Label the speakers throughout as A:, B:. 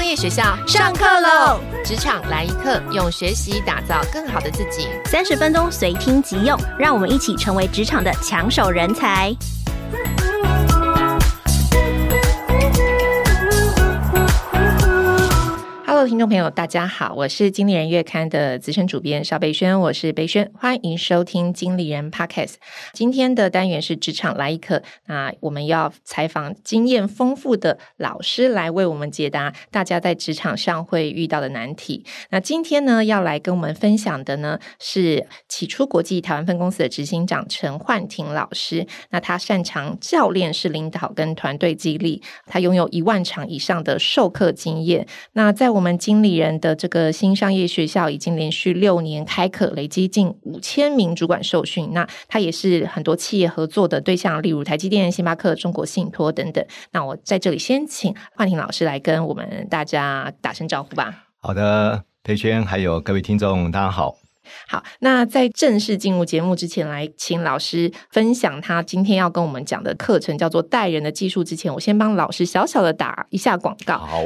A: 力学校上课喽！职场来一课，用学习打造更好的自己。
B: 三十分钟随听即用，让我们一起成为职场的抢手人才。
A: Hello，听众朋友，大家好，我是《经理人月刊》的资深主编邵贝轩，我是贝轩，欢迎收听《经理人 Podcast》。今天的单元是职场来一课，那我们要采访经验丰富的老师来为我们解答大家在职场上会遇到的难题。那今天呢，要来跟我们分享的呢是起初国际台湾分公司的执行长陈焕婷老师。那他擅长教练式领导跟团队激励，他拥有一万场以上的授课经验。那在我们经理人的这个新商业学校，已经连续六年开课，累积近五千名主管受训。那他也是很多企业合作的对象，例如台积电、星巴克、中国信托等等。那我在这里先请焕婷老师来跟我们大家打声招呼吧。
C: 好的，裴轩，还有各位听众，大家好。
A: 好，那在正式进入节目之前，来请老师分享他今天要跟我们讲的课程，叫做“带人的技术”。之前，我先帮老师小小的打一下广告。
C: 好，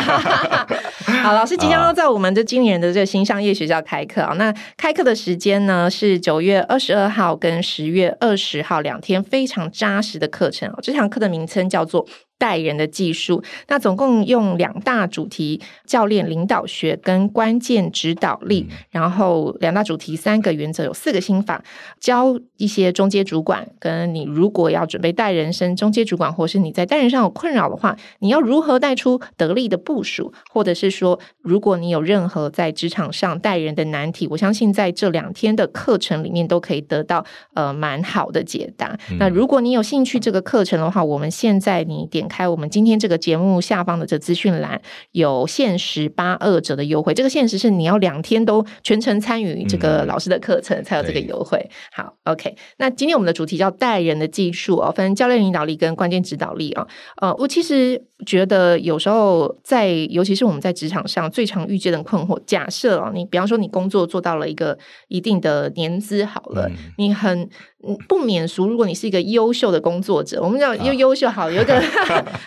A: 好，老师即将要在我们的经理人的这个新商业学校开课啊。那开课的时间呢是九月二十二号跟十月二十号两天非常扎实的课程哦。这堂课的名称叫做。带人的技术，那总共用两大主题：教练领导学跟关键指导力。然后两大主题、三个原则，有四个心法，教一些中阶主管跟你如果要准备带人生中阶主管，或是你在带人上有困扰的话，你要如何带出得力的部署，或者是说，如果你有任何在职场上带人的难题，我相信在这两天的课程里面都可以得到呃蛮好的解答。那如果你有兴趣这个课程的话，我们现在你点开我们今天这个节目下方的这资讯栏，有限时八二折的优惠。这个限时是你要两天都全程参与这个老师的课程才有这个优惠。好，OK。那今天我们的主题叫带人的技术哦，分教练领导力跟关键指导力哦。呃，我其实觉得有时候在，尤其是我们在职场上最常遇见的困惑，假设哦，你比方说你工作做到了一个一定的年资好了，
C: 嗯
A: 你很嗯不免俗。如果你是一个优秀的工作者，我们
C: 啊
A: 讲又优秀好，有一 个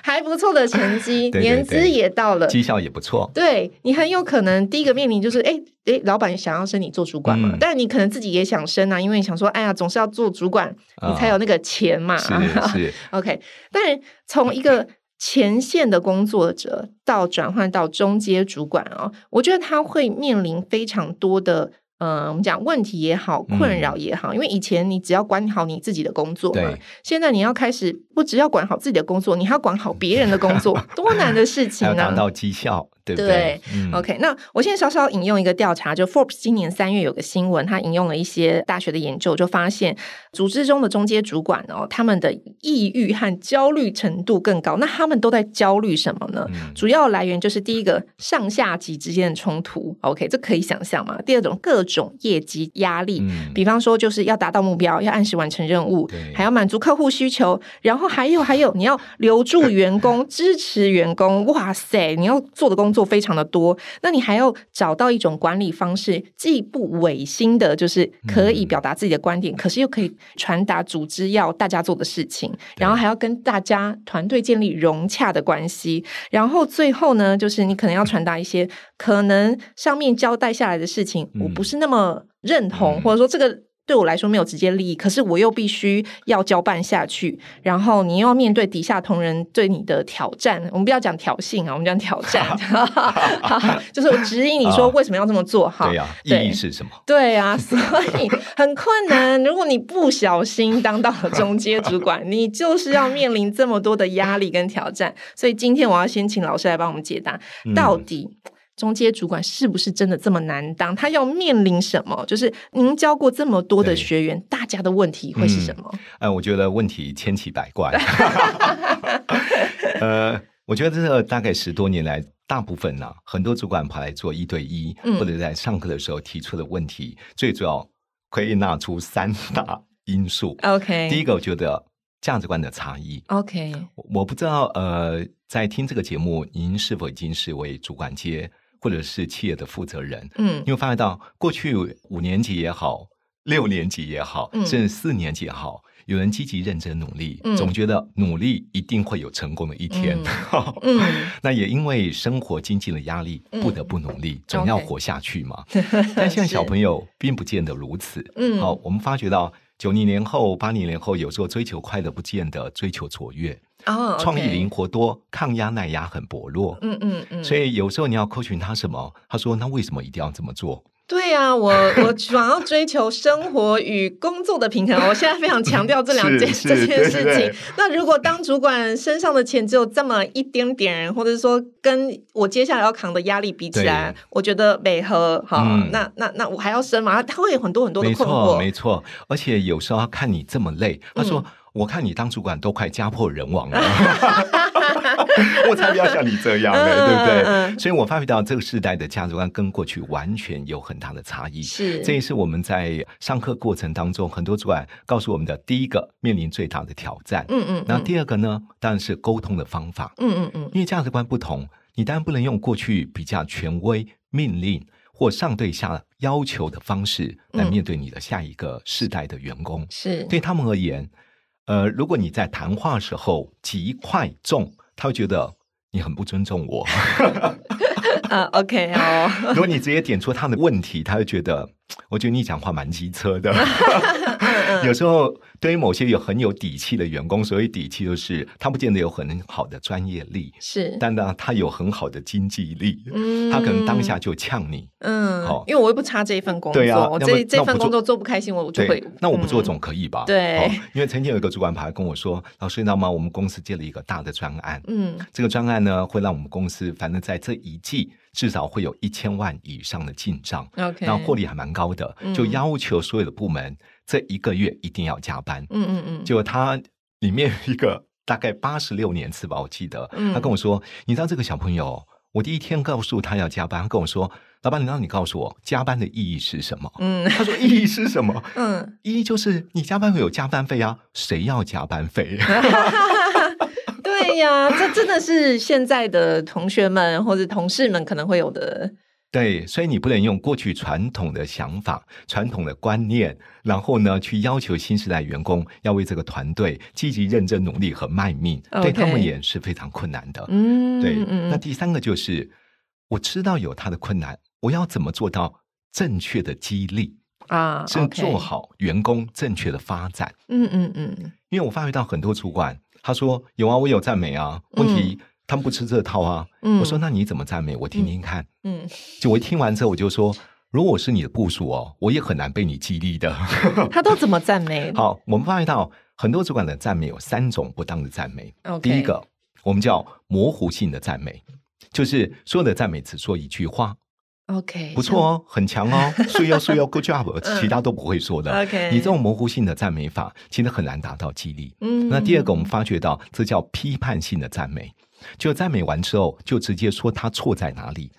A: 还不错的成绩，
C: 对对
A: 年资
C: 对
A: 也到了，
C: 绩效也不错。
A: 对你很有可能第一个面临就是，哎、哎、老板想要升你做主管嘛，
C: 嗯
A: 但你可能自己也想升啊，因为你想说，哎呀，总是要做主管，
C: 啊
A: 你才有那个钱嘛。
C: 是是，
A: OK，但从一个前线的工作者到转换到中阶主管哦，我觉得他会面临非常多的。呃，我们讲问题也好，困扰也好，因为以前你只要管好你自己的工作嘛
C: 嗯对，
A: 现在你要开始不只要管好自己的工作，你还要管好别人的工 作，多难的事情
C: 还要
A: 啊！
C: 达到绩效，对不
A: 对
C: 对？嗯
A: OK，那我现在稍稍引用一个调查，就 Forbes 今年三月有个新闻，他引用了一些大学的研究，就发现组织中的中阶主管哦，他们的抑郁和焦虑程度更高。那他们都在焦虑什么呢？
C: 嗯
A: 主要来源就是第一个上下级之间的冲突，OK，这可以想象嘛。第二种各种业绩压力，
C: 嗯
A: 比方说就是要达到目标，要按时完成任务
C: 对，
A: 还要满足客户需求，然后还有还有你要留住员 工、支持员工，哇塞，你要做的工作非常的多，那你还要找到一种管理方式，既不违心的，就是可
C: 嗯
A: 以表达自己的观点，可是又可以传达组织要大家做的事情，然后还要跟大家团队建立融洽的关系，然后最后呢，就是你可能要传达一些可能上面交代下来的事情，我不是那么认同，
C: 嗯
A: 或者说这个。对我来说没有直接利益，可是我又必须要交办下去，然后你又要面对底下同仁对你的挑战。我们不要讲挑衅啊，我们讲挑战， 就是我指引你说为什么要这么做哈。
C: 对呀，啊意
A: 对
C: 义是什么？
A: 对啊， 所以很困难。如果你不小心当到了中阶主管，你就是要面临这么多的压力跟挑战。所以今天我要先请老师来帮我们解答，
C: 嗯
A: 到底中阶主管是不是真的这么难当？他要面临什么？就是您教过这么多的
C: 对
A: 学员，大家的问题会是什么？
C: 哎，我觉得问题千奇百 怪。呃，我觉得这大概十多年来，大部分呢、很多主管跑来做一对一，
A: 嗯
C: 或者在上课的时候提出的问题，最主要归纳出三大因素。嗯第一
A: OK
C: 个，我觉得价值观的差异。
A: OK，
C: 我不知道，呃，在听这个节目，您是否已经是位主管阶或者是企业的负责人？
A: 嗯
C: 你会发现到，过去五年级也好，六年级也好，
A: 嗯
C: 甚至四年级也好，有人积极认真努力，
A: 嗯
C: 总觉得努力一定会有成功的一天。
A: 嗯，
C: 那也因为生活经济的压力，
A: 嗯
C: 不得不努力，总要
A: OK
C: 活下去嘛。但现在 小
A: 是
C: 朋友并不见得如此。
A: 嗯
C: 好、我们发觉到九零年后、八零年后，有时候追求快乐不见得追求卓越，
A: 哦，
C: 创意灵，活多，抗压耐压很薄弱。
A: 嗯嗯嗯，
C: 所以有时候你要扣群他什么？他说：“那为什么一定要这么做
A: 对啊，我 我想要追求生活与工作的平衡，我现在非常强调这两件
C: 是
A: 这
C: 是
A: 件事
C: 对对
A: 情
C: 对。
A: 那如果当主管身上的钱只有这么一点点，或者说跟我接下来要扛的压力比起来
C: 对，
A: 我觉得美和哈，
C: 嗯
A: 那那那我还要升嘛？他会有很多很？”多的
C: 没
A: 困
C: 错，
A: 惑嗯
C: 没。错。而且有时候他看你这么累，他说：“我看你当主管都快家破人亡 了。”我才不要像你这样呢，
A: 嗯
C: 对不
A: 嗯
C: 对？所以我发觉到这个时代的价值观跟过去完全有很大的差异。
A: 是
C: 这也是我们在上课过程当中，很多主管告诉我们的第一个面临最大的挑战。
A: 嗯嗯，
C: 那
A: 嗯
C: 第二个呢，当然是沟通的方法。
A: 嗯嗯嗯，
C: 因为价值观不同，你当然不能用过去比较权威、命令或上对下要求的方式来
A: 嗯
C: 面对你的下一个世代的员工。
A: 是
C: 对他们而言，呃，如果你在谈话时候极快重，他会觉得你很不尊重我；
A: 啊，OK 哦，
C: 如果你直接点出他的问题，他会觉得，我觉得你讲话蛮机车的。 有时候，对于某些有很有底气的员工，所谓底气就是他不见得有很好的专业力，
A: 是，
C: 但呢，他有很好的经济力，
A: 嗯
C: 他可能当下就呛你。
A: 嗯
C: 好，
A: 因为我又不差这一份工作，
C: 对啊
A: 我
C: 那
A: 这
C: 么
A: 这
C: 那我
A: 份
C: 不
A: 工
C: 做
A: 作做不开心，我我就会
C: 对，，那我不做
A: 嗯
C: 总可以吧？
A: 对
C: 哦因为曾经有一个主管跑来跟我说：“老师，你知道吗？我们公司接了一个大的专案，
A: 嗯
C: 这个专案呢会让我们公司反正在这一季至少会有一千万以上的进账，
A: ，OK，
C: 那获利还蛮高的，就
A: 嗯
C: 要求所有的部门这一个月一定要加班。
A: 嗯嗯嗯，
C: 结果他里面有一个大概八十六年次吧，我记得，
A: 嗯
C: 他跟我说：“你知道这个小朋友，我第一天告诉他要加班，他跟我说：‘老板，你让你告诉我加班的意义是什么？’
A: 嗯
C: 他说：‘意义是什么？’
A: 嗯，
C: 意义就是你加班会有加班费啊，谁要加班费？
A: 对呀，这真的是现在的同学们或者同事们可能会有的，
C: 对，所以你不能用过去传统的想法、传统的观念，然后呢去要求新时代员工要为这个团队积极、认真、努力和卖命，对他
A: OK
C: 们而言是非常困难的。
A: 嗯，
C: 对，
A: 嗯
C: 那第三个就是我知道有他的困难，我要怎么做到正确的激励，
A: 啊，
C: 是做，好员工正确的发展。
A: 嗯嗯嗯，
C: 因为我发觉到很多主管，他说有啊，我有赞美啊，问题、他们不吃这套啊。
A: 嗯
C: 我说那你怎么赞美？我听听看。
A: 嗯，
C: 就我一听完之后，我就说，如果我是你的部署哦，我也很难被你激励的。
A: 他都怎么赞美？
C: 好，我们发觉到很多主管的赞美有三种不当的赞美。
A: OK
C: 第一个，我们叫模糊性的赞美，就是所有的赞美只说一句话，
A: ，OK，
C: 不错哦，很强哦，是哟是哟，good job，
A: 嗯
C: 其他都不会说的。
A: OK
C: 你这种模糊性的赞美法，其实很难达到激励。
A: 像，嗯
C: 那第二个，我们发觉到这叫批判性的赞美，就赞美完之后，就直接说他错在哪里。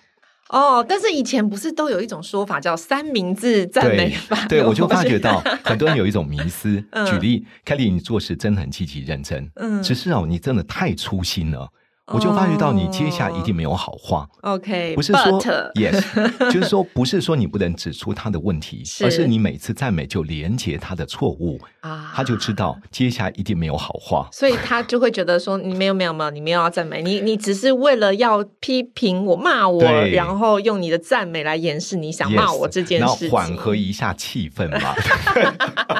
A: 哦，但是以前不是都有一种说法叫三明治赞美法？
C: 对，
A: 有
C: 我就
A: 没有
C: 发觉，到很多人有一种迷思。
A: 哦 嗯
C: 举例，Kelly，你做事真的很积极认真，
A: 嗯
C: 只是哦，你真的太粗心了。我就发觉到
A: 哦
C: 你接下一定没有好话，
A: OK，
C: 不是说
A: 哦 but-
C: yes，就是说不是说你不能指出他的 问题，
A: 是
C: 而是你每次赞美就连接他的错误，
A: 啊，
C: 他就知道接下来一定没有好话。
A: 所以他就会觉得说，你没有没有没有，你没有要赞美你，你只是为了要批评我、骂我，
C: 对
A: 然后用你的赞美来掩饰你想骂
C: Yes，
A: 我这件
C: 然后
A: 事情。
C: 缓和一下气氛嘛。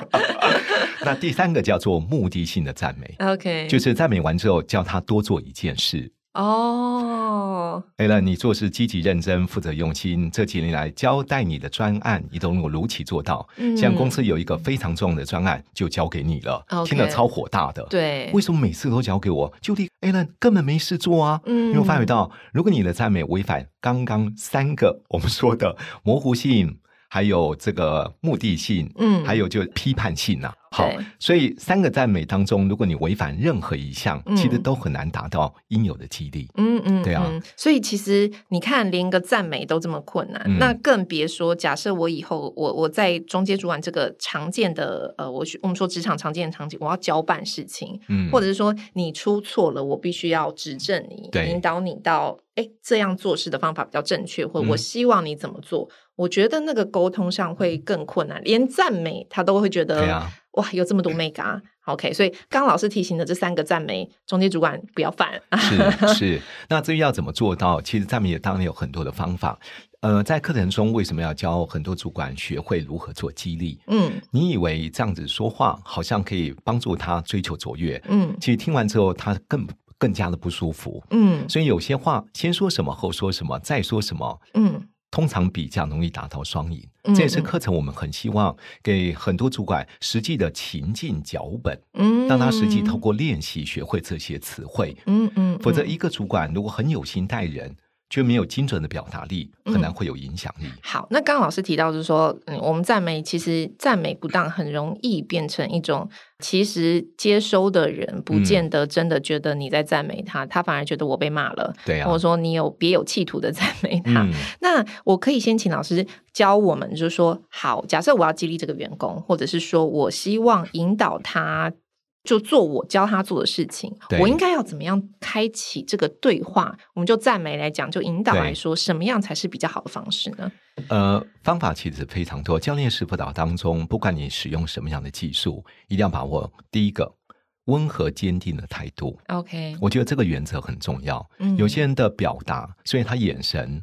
C: 那第三个叫做目的性的赞美，
A: OK，
C: 就是赞美完之后叫他多做一件事。
A: 哦，
C: a l 你做事积极认真、负责用心，这几年来交代你的专案，你都能够如期做到。
A: 嗯
C: 像公司有一个非常重要的专案，就交给你了
A: OK
C: 听得超火大的。，
A: 对
C: 为，什么每次都交给我？就地 a l 根本没事做啊。
A: 嗯
C: 你有发觉到，如果你的赞美违反刚刚三个我们说的模糊性，还有这个目的性，
A: 嗯
C: 还有就批判性啊。好
A: 对，
C: 所以三个赞美当中，如果你违反任何一项，
A: 嗯
C: 其实都很难达到应有的激励。
A: 嗯嗯，
C: 对啊
A: 嗯所以其实你看，连个赞美都这么困难，
C: 嗯
A: 那更别说假设我以后我我在中介主管这个常见的呃，我去我们说职场常见的场景，我要交办事情，
C: 嗯
A: 或者是说你出错了，我必须要指正你，
C: 对
A: 引导你到哎这样做事的方法比较正确，或
C: 嗯
A: 我希望你怎么做。我觉得那个沟通上会更困难，连赞美他都会觉
C: 对
A: 得
C: 啊
A: 哇，有这么多 mega 啊。OK，所以刚刚老师提醒的这三个赞美，中间主管不要犯。
C: 是是，那至于要怎么做到，其实赞美也当然有很多的方法。呃，在课程中为什么要教很多主管学会如何做激励？
A: 嗯
C: 你以为这样子说话好像可以帮助他追求卓越，
A: 嗯
C: 其实听完之后他更更加的不舒服。
A: 嗯
C: 所以有些话先说什么，后说什么，再说什么，
A: 嗯
C: 通常比较容易达到双赢。
A: 嗯
C: 这也是课程我们很希望给很多主管实际的情境脚本，
A: 嗯，
C: 让他实际透过练习学会这些词汇。
A: 嗯嗯，
C: 否则，
A: 嗯
C: 一个主管如果很有心待人，却没有精准的表达力，
A: 嗯
C: 很难会有影响力。
A: 好，那刚刚老师提到就是说，嗯，我们赞美其实赞美不当，很容易变成一种，其实接收的人不
C: 嗯
A: 见得真的觉得你在赞美他，他反而觉得我被骂了，
C: 对啊
A: 或者，说你有别有企图的 赞美他。
C: 嗯
A: 那我可以先请老师教我们，就是说，好，假设我要激励这个员工，或者是说我希望引导他。就做我教他做的事情，
C: 对
A: 我应该要怎么样开启这个对话？我们就赞美来讲，就引导来
C: 对
A: 说，什么样才是比较好的方式呢？
C: 呃，方法其实非常多。教练式辅导当中，不管你使用什么样的技术，一定要把握第一个温和坚定的态度。
A: OK，
C: 我觉得这个原则很重要。
A: 嗯
C: 有些人的表达，所以他眼神、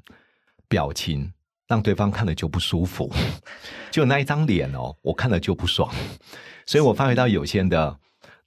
C: 表情让对方看了就不舒服， 就那一张脸哦，我看了就不爽。所以我发觉到有些人的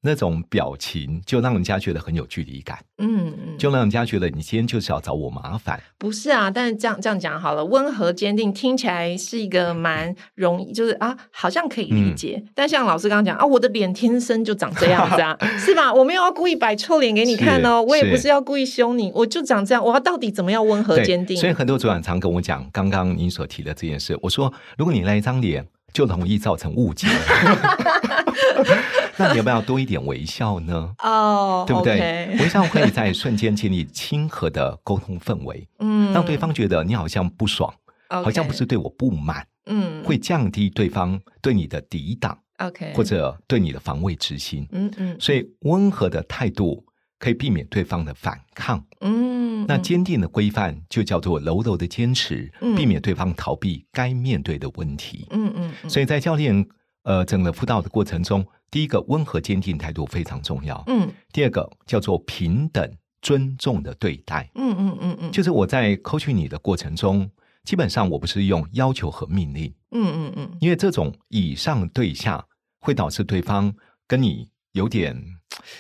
C: 那种表情，就让人家觉得很有距离感，
A: 嗯嗯，
C: 就让人家觉得你今天就是要找我麻烦。
A: 不是啊，但是这样这样讲好了，温和坚定听起来是一
C: 嗯
A: 个蛮容易，就是啊，好像可以理解。但像老师刚刚讲啊，我的脸天生就长这样子 啊，是吧？我没有要故意摆臭脸给你看哦，
C: 是
A: 我也不
C: 是
A: 是要故意凶你，我就长这样。我要到底怎么样温和
C: 对，
A: 坚定？
C: 所以很多主管常跟我讲，刚刚您所提的这件事，我说如果你那一张脸，就容易造成误解。 那你要不要多一点微笑呢？
A: 哦，
C: 对不对
A: OK
C: 微笑可以在瞬间建立亲和的沟通氛围，
A: 嗯，
C: 让对方觉得你好像不爽，
A: 好
C: 好像不是对我不满，
A: 嗯
C: 会降低对方对你的抵挡
A: OK
C: 或者对你的防卫之心。
A: 嗯嗯
C: 所以温和的态度可以避免对方的反抗，
A: 嗯，
C: 那
A: 嗯
C: 坚定的规范就叫做柔柔的坚持
A: 嗯，
C: 避免对方逃避该面对的问题。
A: 嗯嗯嗯，
C: 所以在教练呃整个辅导的过程中，第一个温和坚定态度非常重要。
A: 嗯
C: 第二个叫做平等尊重的对待，
A: 嗯嗯嗯嗯，
C: 就是我在 coach 你的过程中，基本上我不是用要求和命令，
A: 嗯嗯嗯
C: 因为这种以上对下会导致对方跟你有点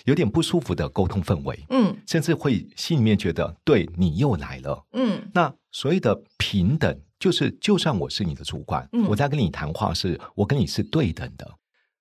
C: 有点不舒服的沟通氛围，
A: 嗯
C: 甚至会心里面觉得对你又来了。
A: 嗯
C: 那所谓的平等，就是就算我是你的主管，
A: 嗯
C: 我在跟你谈话是，我跟你是对等的，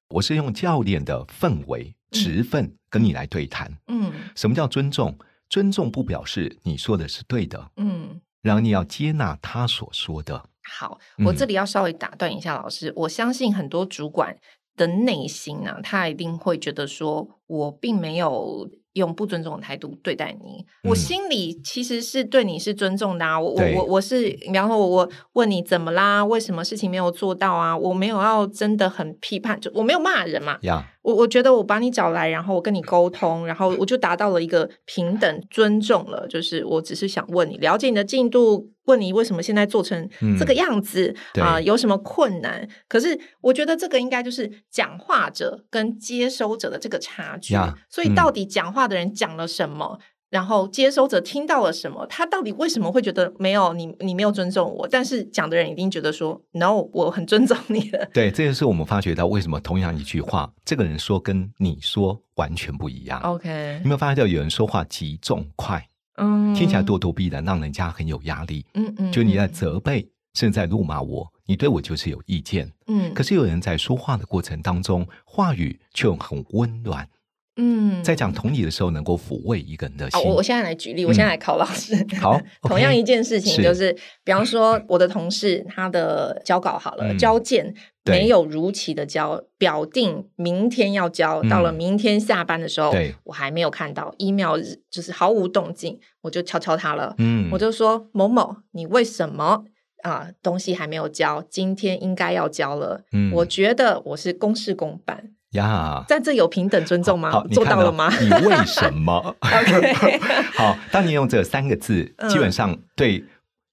C: 我是用教练的氛围、职分跟你来对谈。
A: 嗯
C: 什么叫尊重？尊重不表示你说的是对的，
A: 嗯。
C: 然后你要接纳他所说的。
A: 好，我
C: 嗯
A: 这里要稍微打断一下老师，我相信很多主管的内心呢、他一定会觉得说，我并没有用不尊重的态度对待你，我
C: 嗯
A: 心里其实是对你是尊重的啊，我我
C: 对
A: 我我是，然后我问你怎么啦，为什么事情没有做到啊，我没有要真的很批判，就我没有骂人嘛，
C: 呀、
A: 我我觉得我把你找来，然后我跟你沟通，然后我就达到了一个平等尊重了。就是我只是想问你，了解你的进度，问你为什么现在做成
C: 嗯
A: 这个样子
C: 对
A: 啊、有什么困难？可是我觉得这个应该就是讲话者跟接收者的这个差距。
C: 呀
A: 所以
C: 嗯
A: 到底讲话的人讲了什么？然后接收者听到了什么？他到底为什么会觉得没有你？你没有尊重我？但是讲的人一定觉得说，no，我很尊重你的。
C: 对，这就是我们发觉到为什么同样一句话，这个人说跟你说完全不一样。
A: OK，
C: 你有没有发觉到有人说话急重快，
A: 嗯，
C: 听起来咄咄逼人，让人家很有压力？
A: 嗯嗯，
C: 就你在
A: 嗯
C: 责备，甚至在怒骂我，你对我就是有意见。
A: 嗯，
C: 可是有人在说话的过程当中，话语却很温暖，
A: 嗯，
C: 在讲同理的时候能够抚慰一个人的
A: 啊，
C: 心。
A: 我我现在来举例，我现在来考老师。
C: 好，OK
A: 同样一件事情，
C: 是
A: 就是比方说我的同事他的交稿好了，
C: 嗯
A: 交件
C: 对
A: 没有如期的交，表定明天要交，
C: 嗯
A: 到了明天下班的时候
C: 对，
A: 我还没有看到 email，就是毫无动静，我就敲敲他了，
C: 嗯
A: 我就说某某，你为什么？啊、东西还没有交，今天应该要交了。
C: 嗯
A: 我觉得我是公事公办，
C: 呀，
A: 但这有平等尊重吗
C: 好，？你
A: 做
C: 看啊
A: 到了吗
C: 你为什 么？
A: ？OK，
C: 好，当你用这三个字，
A: 嗯
C: 基本上对
A: 啊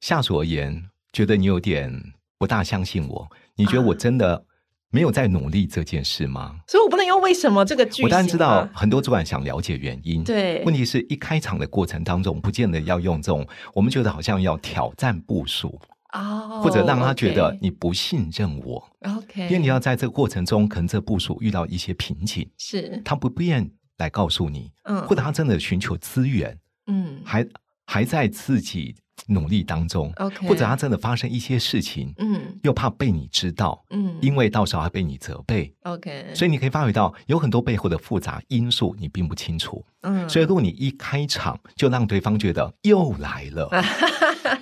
C: 下属而言，觉得你有点不大相信我，你觉得我真的没有在努力这件事吗？
A: 所以我不能用为什么这个句型
C: 我
A: 吗。
C: 当然知道，很多主管想了解原因。
A: 对
C: 问题是一开场的过程当中，不见得要用这种，我们觉得好像要挑战部署，
A: 哦，
C: 或者让他觉得你不信任我，
A: OK，
C: 因为你要在这个过程中，可能这部署遇到一些瓶颈，
A: 是
C: 他不便来告诉你，
A: 嗯
C: 或者他真的寻求资源，
A: 嗯
C: 还还在自己努力当中
A: 哦 OK
C: 或者他真的发生一些事情，
A: 嗯
C: 又怕被你知道，
A: 嗯
C: 因为到时候还被你责备，
A: OK，
C: 所
A: 以
C: 以你可以发觉到有很多背后的复杂因素，你并不清楚。
A: 嗯
C: 所以，如果你一开场就让对方觉得又来 了，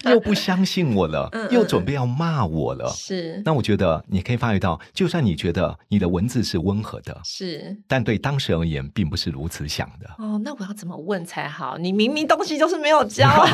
C: 又不相信我了
A: 嗯嗯，
C: 又准备要骂我了，
A: 是
C: 那我觉得你可以发觉到，就算你觉得你的文字是温和的，
A: 是
C: 但对当事人而言，并不是如此想 的。
A: 哦，那我要怎么问才好？你明明东西就是没有教，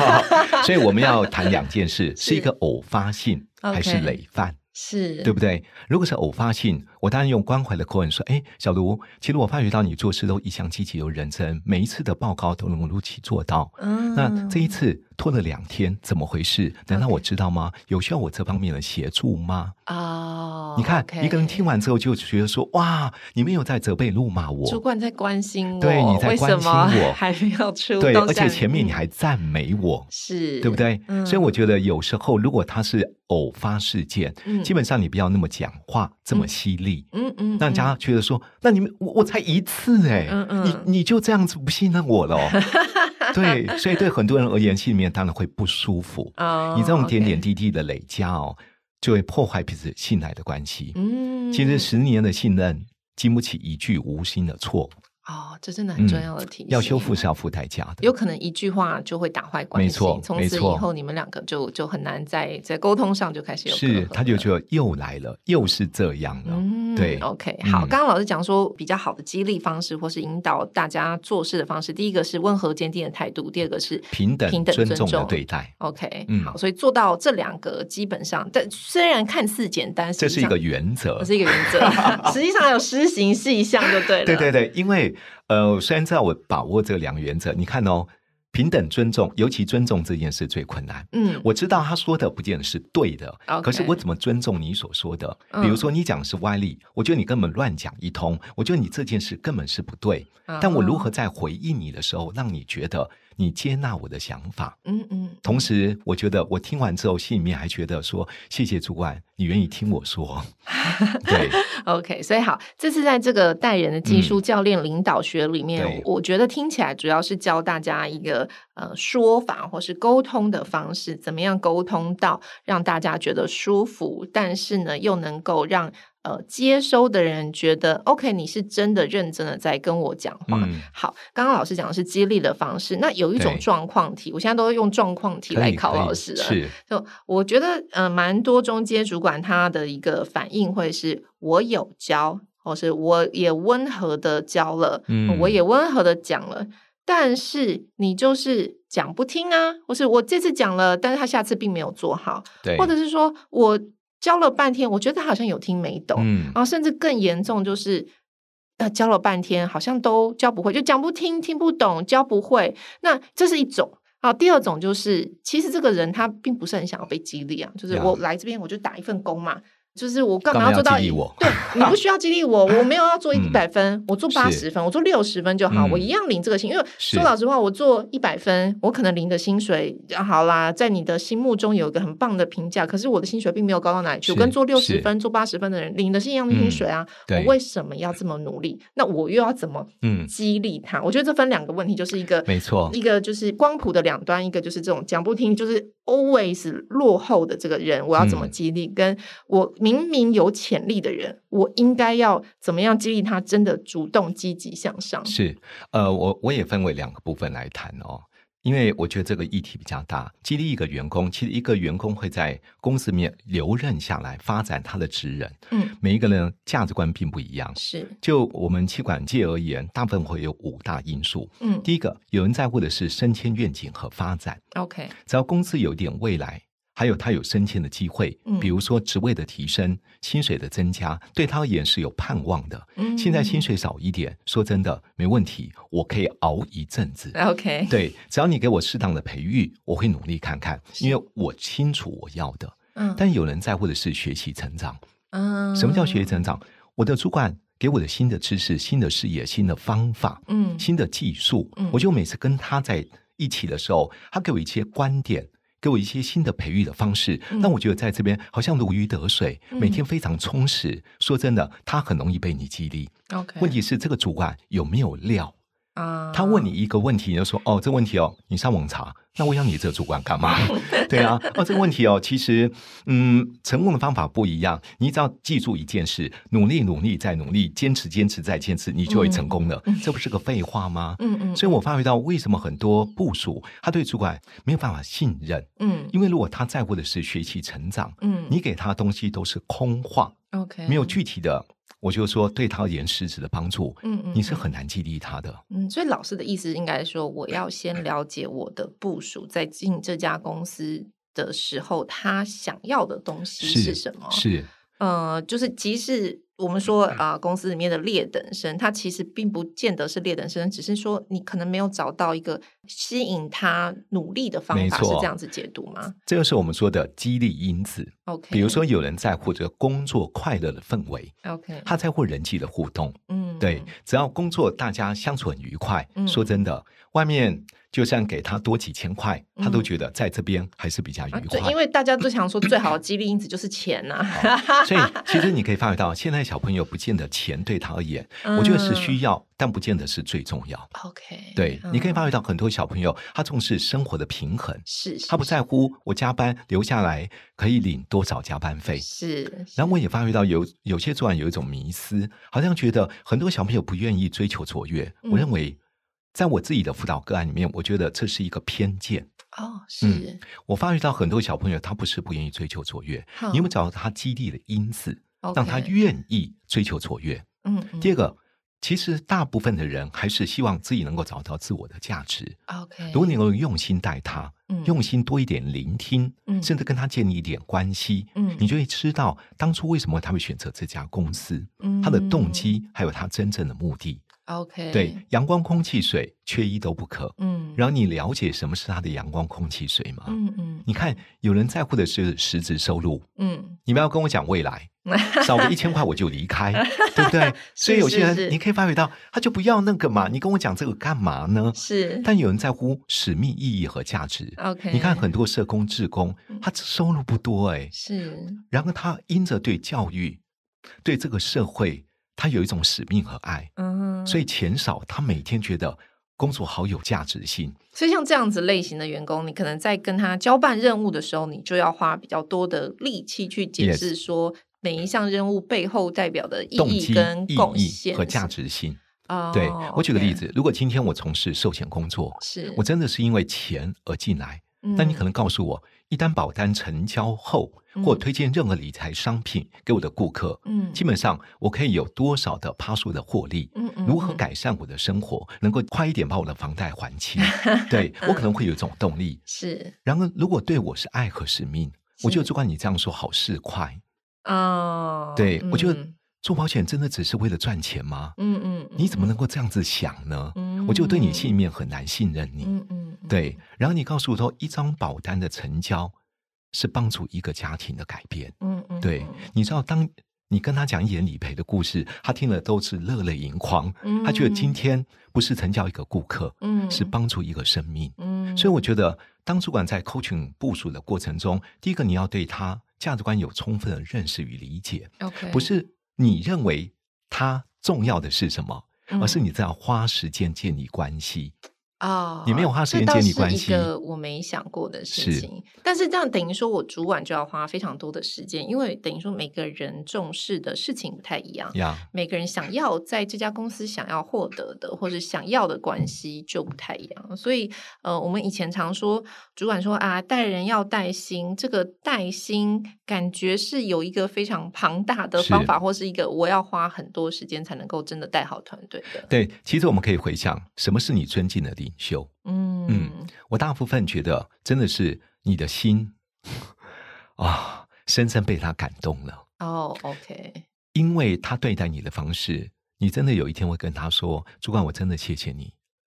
C: 所以我们要谈两件事，
A: 是
C: 是一个偶发性
A: OK
C: 还是累犯，
A: 是
C: 对不对？如果是偶发性，我当然用关怀的口吻说：“哎，小卢，其实我发觉到你做事都一向积极又认真，每一次的报告都能如期做到。
A: 嗯，
C: 那这一次拖了两天，怎么回事？难道我知道吗？有需要我这方面的协助吗？
A: 哦，
C: 你看
A: OK
C: 一个人听完之后就觉得说：哇，你们有在责备怒骂
A: 主
C: 我，
A: 管在关心我，
C: 对你在
A: 为什
C: 关心
A: 么
C: 我
A: 还没有出动
C: 对，
A: 战，
C: 而且前
A: 嗯
C: 面你还赞美我，
A: 是
C: 对不？对？
A: 嗯
C: 所以我觉得有时候如果它是偶发事件，
A: 嗯
C: 基本上你不要那么讲话这么犀利。
A: 嗯嗯，
C: 让大家觉得说，那你们我我才一次哎、
A: 嗯嗯
C: 你你就这样子不信任我了哦、 对，所以对很多人而言，心里面当然会不舒服。
A: 啊，
C: 你这种点点
A: OK，
C: 滴滴的累加哦，就会破坏彼此信赖的关系。
A: 嗯，
C: 其实十年的信任经不起一句无心的错，
A: 哦，这真的很重要的提醒，
C: 嗯要修复是要付代价的。
A: 有可能一句话就会打坏关系，
C: 没错
A: 从
C: 没
A: 此以
C: 错
A: 后你们两个就就很难在在沟通上就开始有隔
C: 是，
A: 阂
C: 他就
A: 了
C: 觉得又来了，又是这样了。
A: 嗯，
C: 对
A: ，OK，好。
C: 嗯
A: 刚刚老师讲说，比较好的激励方式或是引导大家做事的方式，第一个是温和坚定的态度，第二个是
C: 平等、
A: 平等
C: 尊
A: 尊
C: 重的
A: 重
C: 对待，
A: OK，、
C: 嗯
A: 好。所以做到这两个，基本上，但虽然看似简单，
C: 这
A: 实
C: 是
A: 际
C: 一
A: 上
C: 个原则
A: 这。是一个原则， 实际上有施行细项就对了。
C: 对对对，因为呃，虽然知道我把握这两个原则，你看哦，平等尊重，尤其尊重这件事最困难。
A: 嗯，
C: 我知道他说的不见得是对的
A: OK
C: 可是我怎么尊重你所说的？
A: 嗯
C: 比如说你讲的是歪理，我觉得你根本乱讲一通，我觉得你这件事根本是不对。
A: 啊
C: 但我如何在回应你的时候，让你觉得你接纳我的想法？
A: 嗯嗯
C: 同时，我觉得我听完之后，心里面还觉得说，谢谢主管，你愿意听 我说。对，
A: OK，所以好，这次在这个带人的技术教练领导学里面，
C: 嗯对
A: 我觉得听起来主要是教大家一个呃说法或是沟通的方式，怎么样沟通到让大家觉得舒服，但是呢又能够让呃接收的人觉得 OK，你是真的认真的在跟我讲话。
C: 嗯
A: 好，刚刚老师讲的是激励的方式，那有一种
C: 对
A: 状况题，我现在都会用状况题
C: 可
A: 来
C: 以
A: 考
C: 可以
A: 老师了。
C: 是
A: 就我觉得，呃，蛮多中间主管他的一个反应会是，我有教，或是我也温和的教了，呃
C: 嗯
A: 我也温和的讲了，但是你就是讲不听啊，或是我这次讲了，但是他下次并没有做好，
C: 对，
A: 或者是说我教了半天，我觉得他好像有听没懂，
C: 嗯
A: 然，后甚至更严重就是，呃，教了半天好像都教不会，就讲不听、听不懂、教不会。那这是一种。啊，第二种就是，其实这个人他并不是很想要被激励啊，就是
C: 呀
A: 我来这边我就打一份工嘛，就是我干
C: 干
A: 嘛
C: 嘛
A: 做
C: 要
A: 到
C: 激
A: 一？
C: 励我
A: 对 你不需要激励我，我没有要做一
C: 嗯
A: 百分，我做八十分，我做六十分就好，
C: 嗯
A: 我一样领这个薪。因为
C: 是
A: 说老实话，我做一百分，我可能领的薪水啊好啦，在你的心目中有一个很棒的评价，可是我的薪水并没有高到哪里去，我
C: 是
A: 跟做六十
C: 是
A: 分、做八十分的人领的是一样的薪
C: 嗯
A: 水啊。我
C: 对
A: 为什么要这么努力？那我又要怎么
C: 嗯，
A: 激励他？我觉得这分两个问题，就是一个
C: 没错，
A: 一个就是光谱的两端，一个就是这种讲不听，就是 always 落后的这个人，我要怎么
C: 嗯
A: 激励？跟我明明有潜力的人，我应该要怎么样激励他？真的主动、积极向上。
C: 是，呃，我我也分为两个部分来谈哦，因为我觉得这个议题比较大。激励一个员工，其实一个员工会在公司里面留任下来，发展他的职人。
A: 嗯，
C: 每一个人价值观并不一样。
A: 是，
C: 就我们气管界而言，大部分会有五大因素。
A: 嗯
C: 第一个，有人在乎的是升迁愿景和发展，
A: ，OK，
C: 只要公司有点未来，还有他有升迁的机会
A: 嗯，
C: 比如说职位的提升、薪水的增加，对他而言是有盼望的。
A: 嗯
C: 现在薪水少一点，说真的没问题，我可以熬一阵子。
A: ，OK，
C: 对，只要你给我适当的培育，我会努力看看，因为我清楚我要的。
A: 嗯，
C: 但有人在乎的是学习成长，
A: 嗯，
C: 什么叫学习成长？我的主管给我的新的知识、新的视野、新的方法，
A: 嗯
C: 新的技术
A: 嗯，
C: 我就每次跟他在一起的时候，他给我一些观点。给我一些新的培育的方式，
A: 嗯
C: 让我觉得在这边好像如鱼得水，
A: 嗯
C: 每天非常充实。说真的，他很容易被你激励。
A: ？OK，
C: 问题是这个主管有没有料？
A: 啊，
C: 他问你一个问题，你就说：“哦，这问题哦，你上网查。”那我要你这个主管干嘛？ 对啊，哦，这个问题哦，其实，嗯，成功的方法不一样。你只要记住一件事：努力，努力，再努力，坚持，坚持，再坚持，你就会成功了。这不是个废话吗？
A: 嗯，嗯嗯，
C: 所以我发觉到，为什么很多部署他对主管没有办法信任，
A: 嗯
C: 因为如果他在乎的是学习成长，
A: 嗯，
C: 你给他的东西都是空话，
A: OK
C: 没有，具体的，我就说对他而言实质的帮助，
A: 嗯嗯，
C: 你是很难激励他的。
A: 嗯，所以老师的意思应该说，我要先了解我的部署，在进这家公司的时候，他想要的东西是什么？
C: 是嗯
A: 呃，就是即使我们说啊、呃公司里面的劣等生，他其实并不见得是劣等生，只是说你可能没有找到一个吸引他努力的方
C: 没
A: 法，是
C: 错
A: 这样子解读吗
C: 这个是我们说的激励因子。
A: ？OK，
C: 比如说，有人在乎这个工作快乐的氛围，
A: OK，
C: 他在乎人际的互动。
A: 嗯，
C: 对，只要工作大家相处很愉快，
A: 嗯
C: 说真的，外面就算给他多几千块，他都
A: 嗯
C: 觉得在这边还是比较愉
A: 啊，
C: 快。
A: 对，因为大家都想说最好的激励因子就是钱啊呐、
C: 所以，其实你可以发觉到，现在小朋友不见得钱对他而言，我觉得是需要，但不见得是最重要。
A: 嗯 OK，
C: 对，你可以
A: 嗯
C: 发觉到很多小朋友，他重视生活的平衡，
A: 是
C: 他不在乎我加班留下来可以领多少加班费，
A: 是，是
C: 然后我也发觉到有有些主管有一种迷思，好像觉得很多小朋友不愿意追求卓越。
A: 嗯
C: 我认为，在我自己的辅导个案里面，我觉得这是一个偏见。嗯
A: 哦，是，
C: 我发觉到很多小朋友他不是不愿意追求卓越，
A: 好
C: 你有没有找到他激励的因子，
A: OK
C: 让他愿意追求卓越？
A: 嗯，嗯
C: 第二个，其实大部分的人还是希望自己能够找到自我的价值。
A: 嗯 OK，
C: 如果你能够用心待他，
A: 嗯
C: 用心多一点聆听，
A: 嗯
C: 甚至跟他建立一点关系，
A: 嗯
C: 你就会知道当初为什么他会选择这家公司，他的动机还有他真正的目的。
A: 嗯 OK，
C: 对，，阳光、空气、水，缺一都不可。
A: 嗯，
C: 然后你了解什么是他的阳光、空气、水吗？
A: 嗯嗯
C: 你看，有人在乎的是实质收入，
A: 嗯
C: 你不要跟我讲未来， 少个一千块我就离开，对不对？所以有些
A: 是是
C: 人你可以发觉到，他就不要那个嘛，你跟我讲这个干嘛呢？
A: 是
C: 但有人在乎使命、意义和价值。
A: OK，
C: 你看很多社工、志工，他收入不多哎、
A: 是
C: 然后他因着对教育、对这个社会，他有一种使命和爱，
A: 嗯，
C: 所以钱少，他每天觉得工作好有价值性。
A: 所以像这样子类型的员工，你可能在跟他交办任务的时候，你就要花比较多的力气去解
C: Yes
A: 释说每一项任务背后代表的意
C: 动
A: 义
C: 机、
A: 跟
C: 意
A: 贡
C: 义
A: 献
C: 和价。值性，
A: 哦
C: 对我举个
A: OK，
C: 例子，如果今天我从事寿险工作，
A: 是嗯
C: 我真的是因为钱而进来，那你可
A: 能
C: 能告诉我，一单保单成交后，或
A: 嗯
C: 推荐任何理财商品给我的顾客，
A: 嗯
C: 基本上我可以有多少的趴数的获利？
A: 嗯嗯
C: 如何
A: 嗯
C: 改善我的生活，能够快一点把我的房贷还清？ 对我
A: 嗯
C: 可能会有一种动力。
A: 是
C: 然而，如果对我是爱和使命，我觉得
A: 是
C: 主管你这样说好市侩。
A: 哦，
C: 对、我觉得
A: 嗯
C: 做保险真的只是为了赚钱吗？
A: 嗯嗯，
C: 你怎么
A: 嗯
C: 能够这样子想呢？
A: 嗯
C: 我就对你信念很难信任你。
A: 嗯嗯，嗯
C: 对，然后你告诉我说，一张保单的成交是帮助一个家庭的改变。
A: 嗯嗯，
C: 对，你知道，当你跟他讲一点理赔的故事，他听了都是热泪盈眶，
A: 嗯
C: 他觉得今天不是成交一个顾客，
A: 嗯
C: 是帮助一个生命。
A: 嗯，
C: 所以我觉得，当主管在 coaching 部署的过程中，第一个你要对他价值观有充分的认识与理解，
A: 以 OK
C: 不是你认为他重要的是什么，而是
A: 嗯
C: 你在花时间建立关系。
A: 啊，
C: 你没有花时
A: 这
C: 间
A: 倒
C: 建立
A: 是
C: 关
A: 一
C: 系
A: 个我没想过的事
C: 是
A: 情。但是这样等于说我主管就要花非常多的时间，因为等于说每个人重视的事情不太一样。
C: 呀、
A: 每个人想要在这家公司想要获得的，或者想要的关系就不太一样。所以，呃，我们以前常说，主管说啊，带人要带心，这个带心感觉是有一个非常庞大的
C: 是
A: 方法，或是一个我要花很多时间才能够真的带好团队的。
C: 对，其实我们可以回想，什么是你尊敬的领袖？
A: 嗯
C: 嗯我大部分觉得真的是你的心 啊，深深被他感动了，
A: 哦，OK，
C: 因为他对待你的方式，你真的有一天会跟他说：“主管，我真的谢谢你，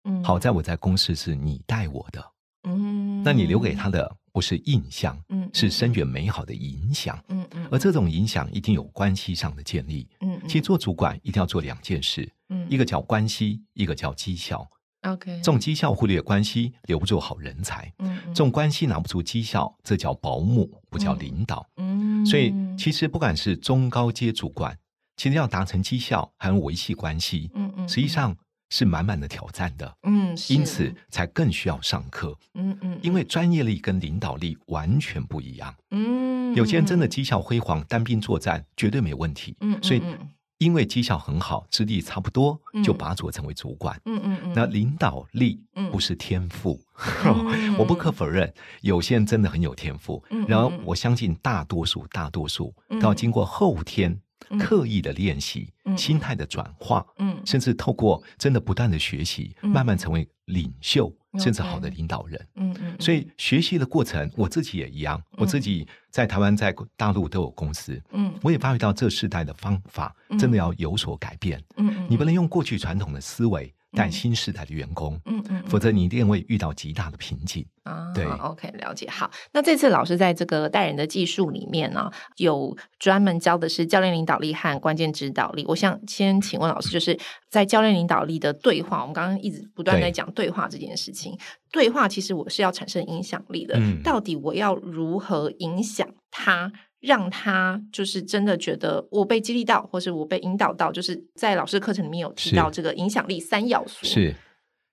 A: 嗯，
C: 好在我在公司是你带我的。
A: 嗯，
C: 那你留给他的不是印象，
A: 嗯，
C: 是深远美好的影响。
A: 嗯嗯
C: 而这种影响一定有关系上的建立。
A: 嗯，
C: 其实做主管一定要做两件事，
A: 嗯
C: 一个叫关系，一个叫绩效。
A: OK，
C: 重绩效忽略关系，留不住好人才；
A: 嗯
C: 重关系拿不出绩效，这叫保姆，不叫领导。
A: 嗯，
C: 所以，其实不管是中高阶主管，其实要达成绩效，还有维系关系，
A: 嗯嗯，
C: 实际上是满满的挑战的。
A: 嗯，
C: 因此，才更需要上课，
A: 嗯嗯，
C: 因为专业力跟领导力完全不一样。
A: 嗯，
C: 有些人真的绩效辉煌，单兵作战绝对没问题。
A: 嗯，
C: 所以
A: 嗯
C: 因为绩效很好，资历差不多
A: 嗯，
C: 就拔擢成为主管。
A: 嗯嗯，
C: 那领导力
A: 嗯
C: 不是天赋，
A: 嗯
C: 我不可否认，有些人真的很有天赋
A: 嗯嗯。
C: 然后我相信大多数、大多数
A: 嗯
C: 都要经过后天
A: 嗯
C: 刻意的练习
A: 嗯、
C: 心态的转化，
A: 嗯
C: 甚至透过真的不断的学习，
A: 嗯
C: 慢慢成为领袖，
A: OK
C: 甚至好的领导人。
A: 嗯嗯，
C: 所以学习的过程，我自己也一样。我自己在台湾、在大陆都有公司，
A: 嗯
C: 我也发觉到这世代的方法
A: 嗯
C: 真的要有所改变。
A: 嗯，
C: 你不能用过去传统的思维带
A: 嗯
C: 新时代的员工，
A: 嗯嗯，
C: 否则你一定会遇到极大的瓶颈。
A: 啊，
C: 对
A: ，OK，了解。好，那这次老师在这个带人的技术里面呢、有专门教的是教练领导力和关键指导力。我想先请问老师，就是在教练领导力的对话，我们刚刚一直不断在
C: 对
A: 讲对话这件事情。对话其实我是要产生影响力的，
C: 嗯
A: 到底我要如何影响他？让他就是真的觉得我被激励到，或是我被引导到，就是在老师课程里面有提
C: 是
A: 到这个影响力三要素。
C: 是，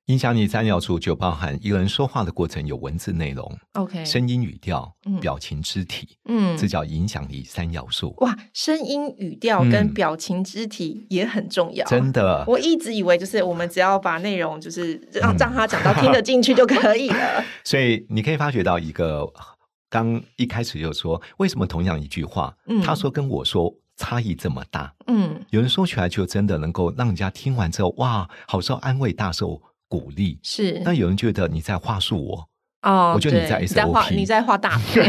C: 影响你三要素就包含一个人说话的过程有文字内容、
A: OK，
C: 声音语调
A: 嗯、
C: 表情、肢体，
A: 嗯哦
C: 这叫影响力三要素。
A: 哇，声音、语调跟
C: 嗯
A: 表情、肢体也很重要。
C: 真的，
A: 我一直以为就是我们只要把内容就是让
C: 嗯
A: 让他讲到听得进去就可以 了。
C: 所以你可以发觉到一个，刚一开始就说为什么同样一句话，
A: 嗯
C: 他说跟我说差异这么大，
A: 嗯，
C: 有人说起来就真的能够让人家听完之后，哇，好受安慰，大受鼓励。
A: 是
C: 那有人觉得你在话术我，
A: 哦，
C: 我觉得你
A: 对
C: 在
A: 你在画
C: SOP
A: 你在画大 饼。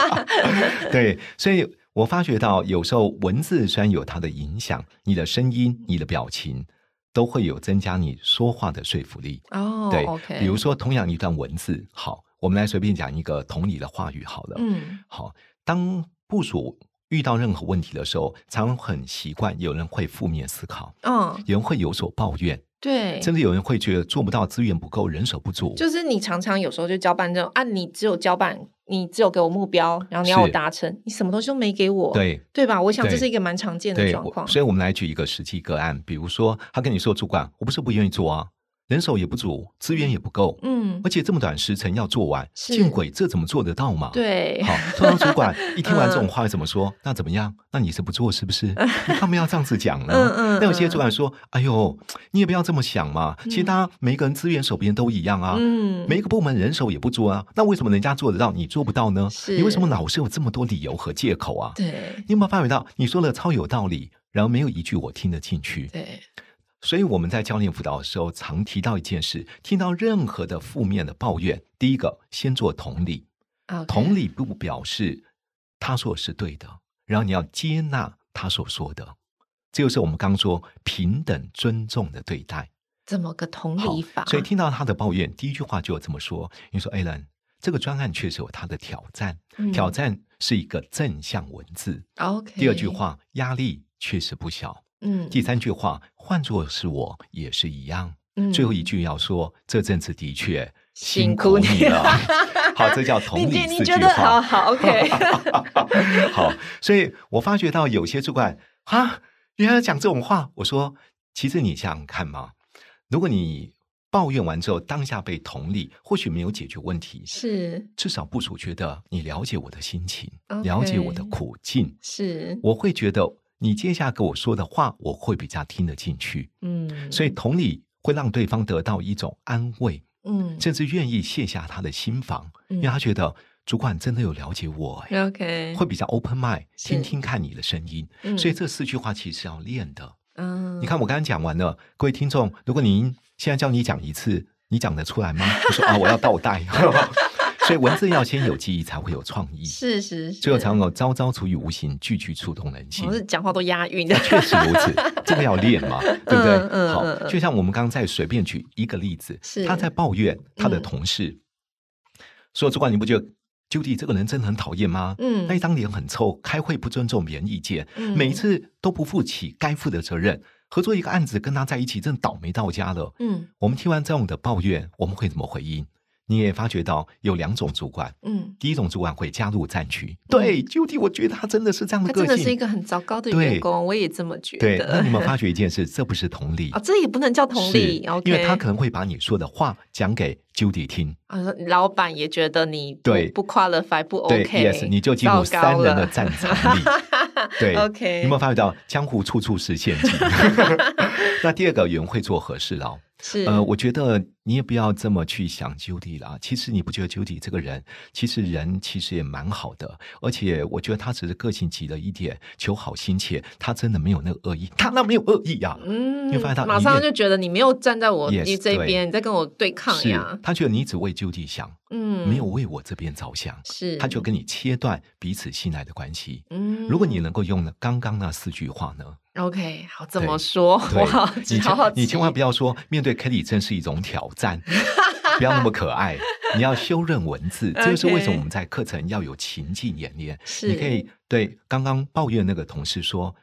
C: 对，所以我发觉到有时候文字虽然有它的影响，你的声音、你的表情都会有增加你说话的说服力。
A: 哦，
C: 对
A: o k
C: 比如说同样一段文字，好，我们来随便讲一个同理的话语好了。
A: 嗯
C: 好，当部署遇到任何问题的时候，常常很习惯有人会负面思考，
A: 嗯，
C: 有人会有所抱怨，
A: 对。
C: 甚至有人会觉得做不到，资源不够，人手不足。
A: 就是你常常有时候就交办这种啊，你只有交办，你只有给我目标，然后你要
C: 是
A: 我达成，你什么东西都没给我，
C: 对
A: 对吧？我想这
C: 对
A: 是一个蛮常见的
C: 对，
A: 状
C: 我
A: 况。
C: 所以我们来举一个实际个案，比如说他跟你说：“主管，我不是不愿意做啊，人手也不足，资源也不够，
A: 嗯
C: 而，且这么短时辰要做完，
A: 是
C: 见鬼，这怎么做得到嘛？”。
A: 对，嗯
C: 好，通常主管一听完这种话会怎么说？那怎么样？那你是不做是不是？你干嘛要这样子讲呢？
A: 嗯嗯
C: 那有些主管说：“哎呦，你也不要这么想嘛。其实大家每个人资源手边都一样啊，
A: 嗯，
C: 每一个部门人手也不足啊。那为什么人家做得到，你做不到呢？
A: 是
C: 你为什么老是有这么多理由和借口啊？
A: 对
C: 你有没有发觉到你说的超有道理，然后没有一句我听得进去？
A: 对，
C: 所以我们在教练辅导的时候，常提到一件事：听到任何的负面的抱怨，第一个先做同理，
A: o k
C: 同理不表示他说的是对的，然后你要接纳他所说的。这就是我们刚说平等尊重的对待。
A: 怎么个同
C: 好
A: 理法？
C: 所以听到他的抱怨，第一句话就这么说：“你说 a l a n 这个专案确实有它的挑战，
A: 嗯
C: 挑战是一个正向文字。
A: OK，
C: 第二句，话，压力确实不小。
A: 嗯，
C: 第三句话，换作是我也是一样。
A: 嗯
C: 最后一句要说，这阵子的确
A: 辛
C: 辛
A: 苦
C: 苦
A: 你
C: 你了
A: 了。
C: 好，这叫同
A: 你
C: 理
A: 觉
C: 四
A: 你
C: 句
A: 觉得好
C: 话。
A: 好 OK，
C: 好，所以我发觉到有些主管啊，原来讲这种话，我说，其实你想想看嘛，如果你抱怨完之后，当下被同理，或许没有解决问题，
A: 是
C: 至少部署觉得你了解我的心情
A: OK
C: 了解我的苦境，
A: 是，
C: 我会觉得你接下来跟我说的话，我会比较听得进去。
A: 嗯，
C: 所以同理会让对方得到一种安慰，
A: 嗯
C: 甚至愿意卸下他的心防，
A: 嗯
C: 因为他觉得主管真的有了解我、哎
A: ，OK，
C: 会比较 open mind，
A: 是
C: 听听看你的声音。
A: 嗯
C: 所以这四句话其实要练的。
A: 嗯，
C: 你看我刚刚讲完了，各位听众，如果您现在叫你讲一次，你讲得出来吗？我说啊，我要倒 带。 所以文字要先有记忆，才会有创意。
A: 是是是，
C: 最后才能够招招处于无形，句句触动人心
A: 我。是讲话都押韵的，
C: 确实如此，这个要练 嘛，对
A: 嗯
C: 不
A: 嗯
C: 对？
A: 嗯
C: 好，就像我们刚刚在随便举一个例子
A: 是，嗯
C: 他在抱怨他的同事，说主管你不觉得 Judy 这个人真的很讨厌吗？
A: 嗯
C: 那一张脸很臭，开会不尊重别人意见，
A: 嗯
C: 每一次都不负起该负的责任。合作一个案子，跟他在一起，真的倒霉到家了。
A: 嗯
C: 我们听完这样的抱怨，我们会怎么回应？你也发觉到有两种主管，
A: 嗯，
C: 第一种主管会加入战区，对，Judy，我觉得他真的是这样
A: 他
C: 的
A: 真
C: 个
A: 的是一
C: 性。
A: 个很糟糕的
C: 对
A: 员工，我也这么觉
C: 对， 那
A: 得。
C: 你们发觉一件事，这不是同 理
A: 啊，，这也不能叫同理
C: 是
A: ，OK？
C: 因为他可能会把你说的话讲给 Judy 听，
A: 啊，老板也觉得你不
C: 对
A: 不 qualify 不
C: 对
A: OK，
C: ，yes，你就进
A: 糟
C: 入
A: 糕
C: 三人的
A: 了
C: 战场 里。对
A: OK
C: 有没有发觉到江湖处处是陷 阱？那第二个，有人会做和事佬。
A: 是
C: 呃，我觉得你也不要这么去想 Judy 啦。啊其实你不觉得 Judy 这个人，其实人其实也蛮好的，而且我觉得他只是个性急了一点，求好心切，他真的没有那个恶意，他那没有恶意啊呀、
A: 嗯
C: 你会发现到
A: 马
C: 里
A: 上
C: 面
A: 就觉得你没有站在我
C: Yes，
A: 你这
C: 对
A: 边，你在跟我对抗
C: 是
A: 呀，
C: 他觉得你只为 Judy 想，
A: 嗯，
C: 没有为我这边着想，
A: 是，
C: 他就跟你切断彼此信赖的关系。
A: 嗯，
C: 如果你能够用呢刚刚那四句话呢，
A: OK 好怎
C: 对
A: 么说，
C: 对
A: 我好
C: 你千
A: 好
C: 你千万
A: 奇
C: 不要说面对 Kelly 真是一种挑战，不要那么可爱，你要修润文字。这就是为什么
A: OK
C: 我们在课程要有情境演练。
A: 是
C: 你可以对刚刚抱怨那个同事说。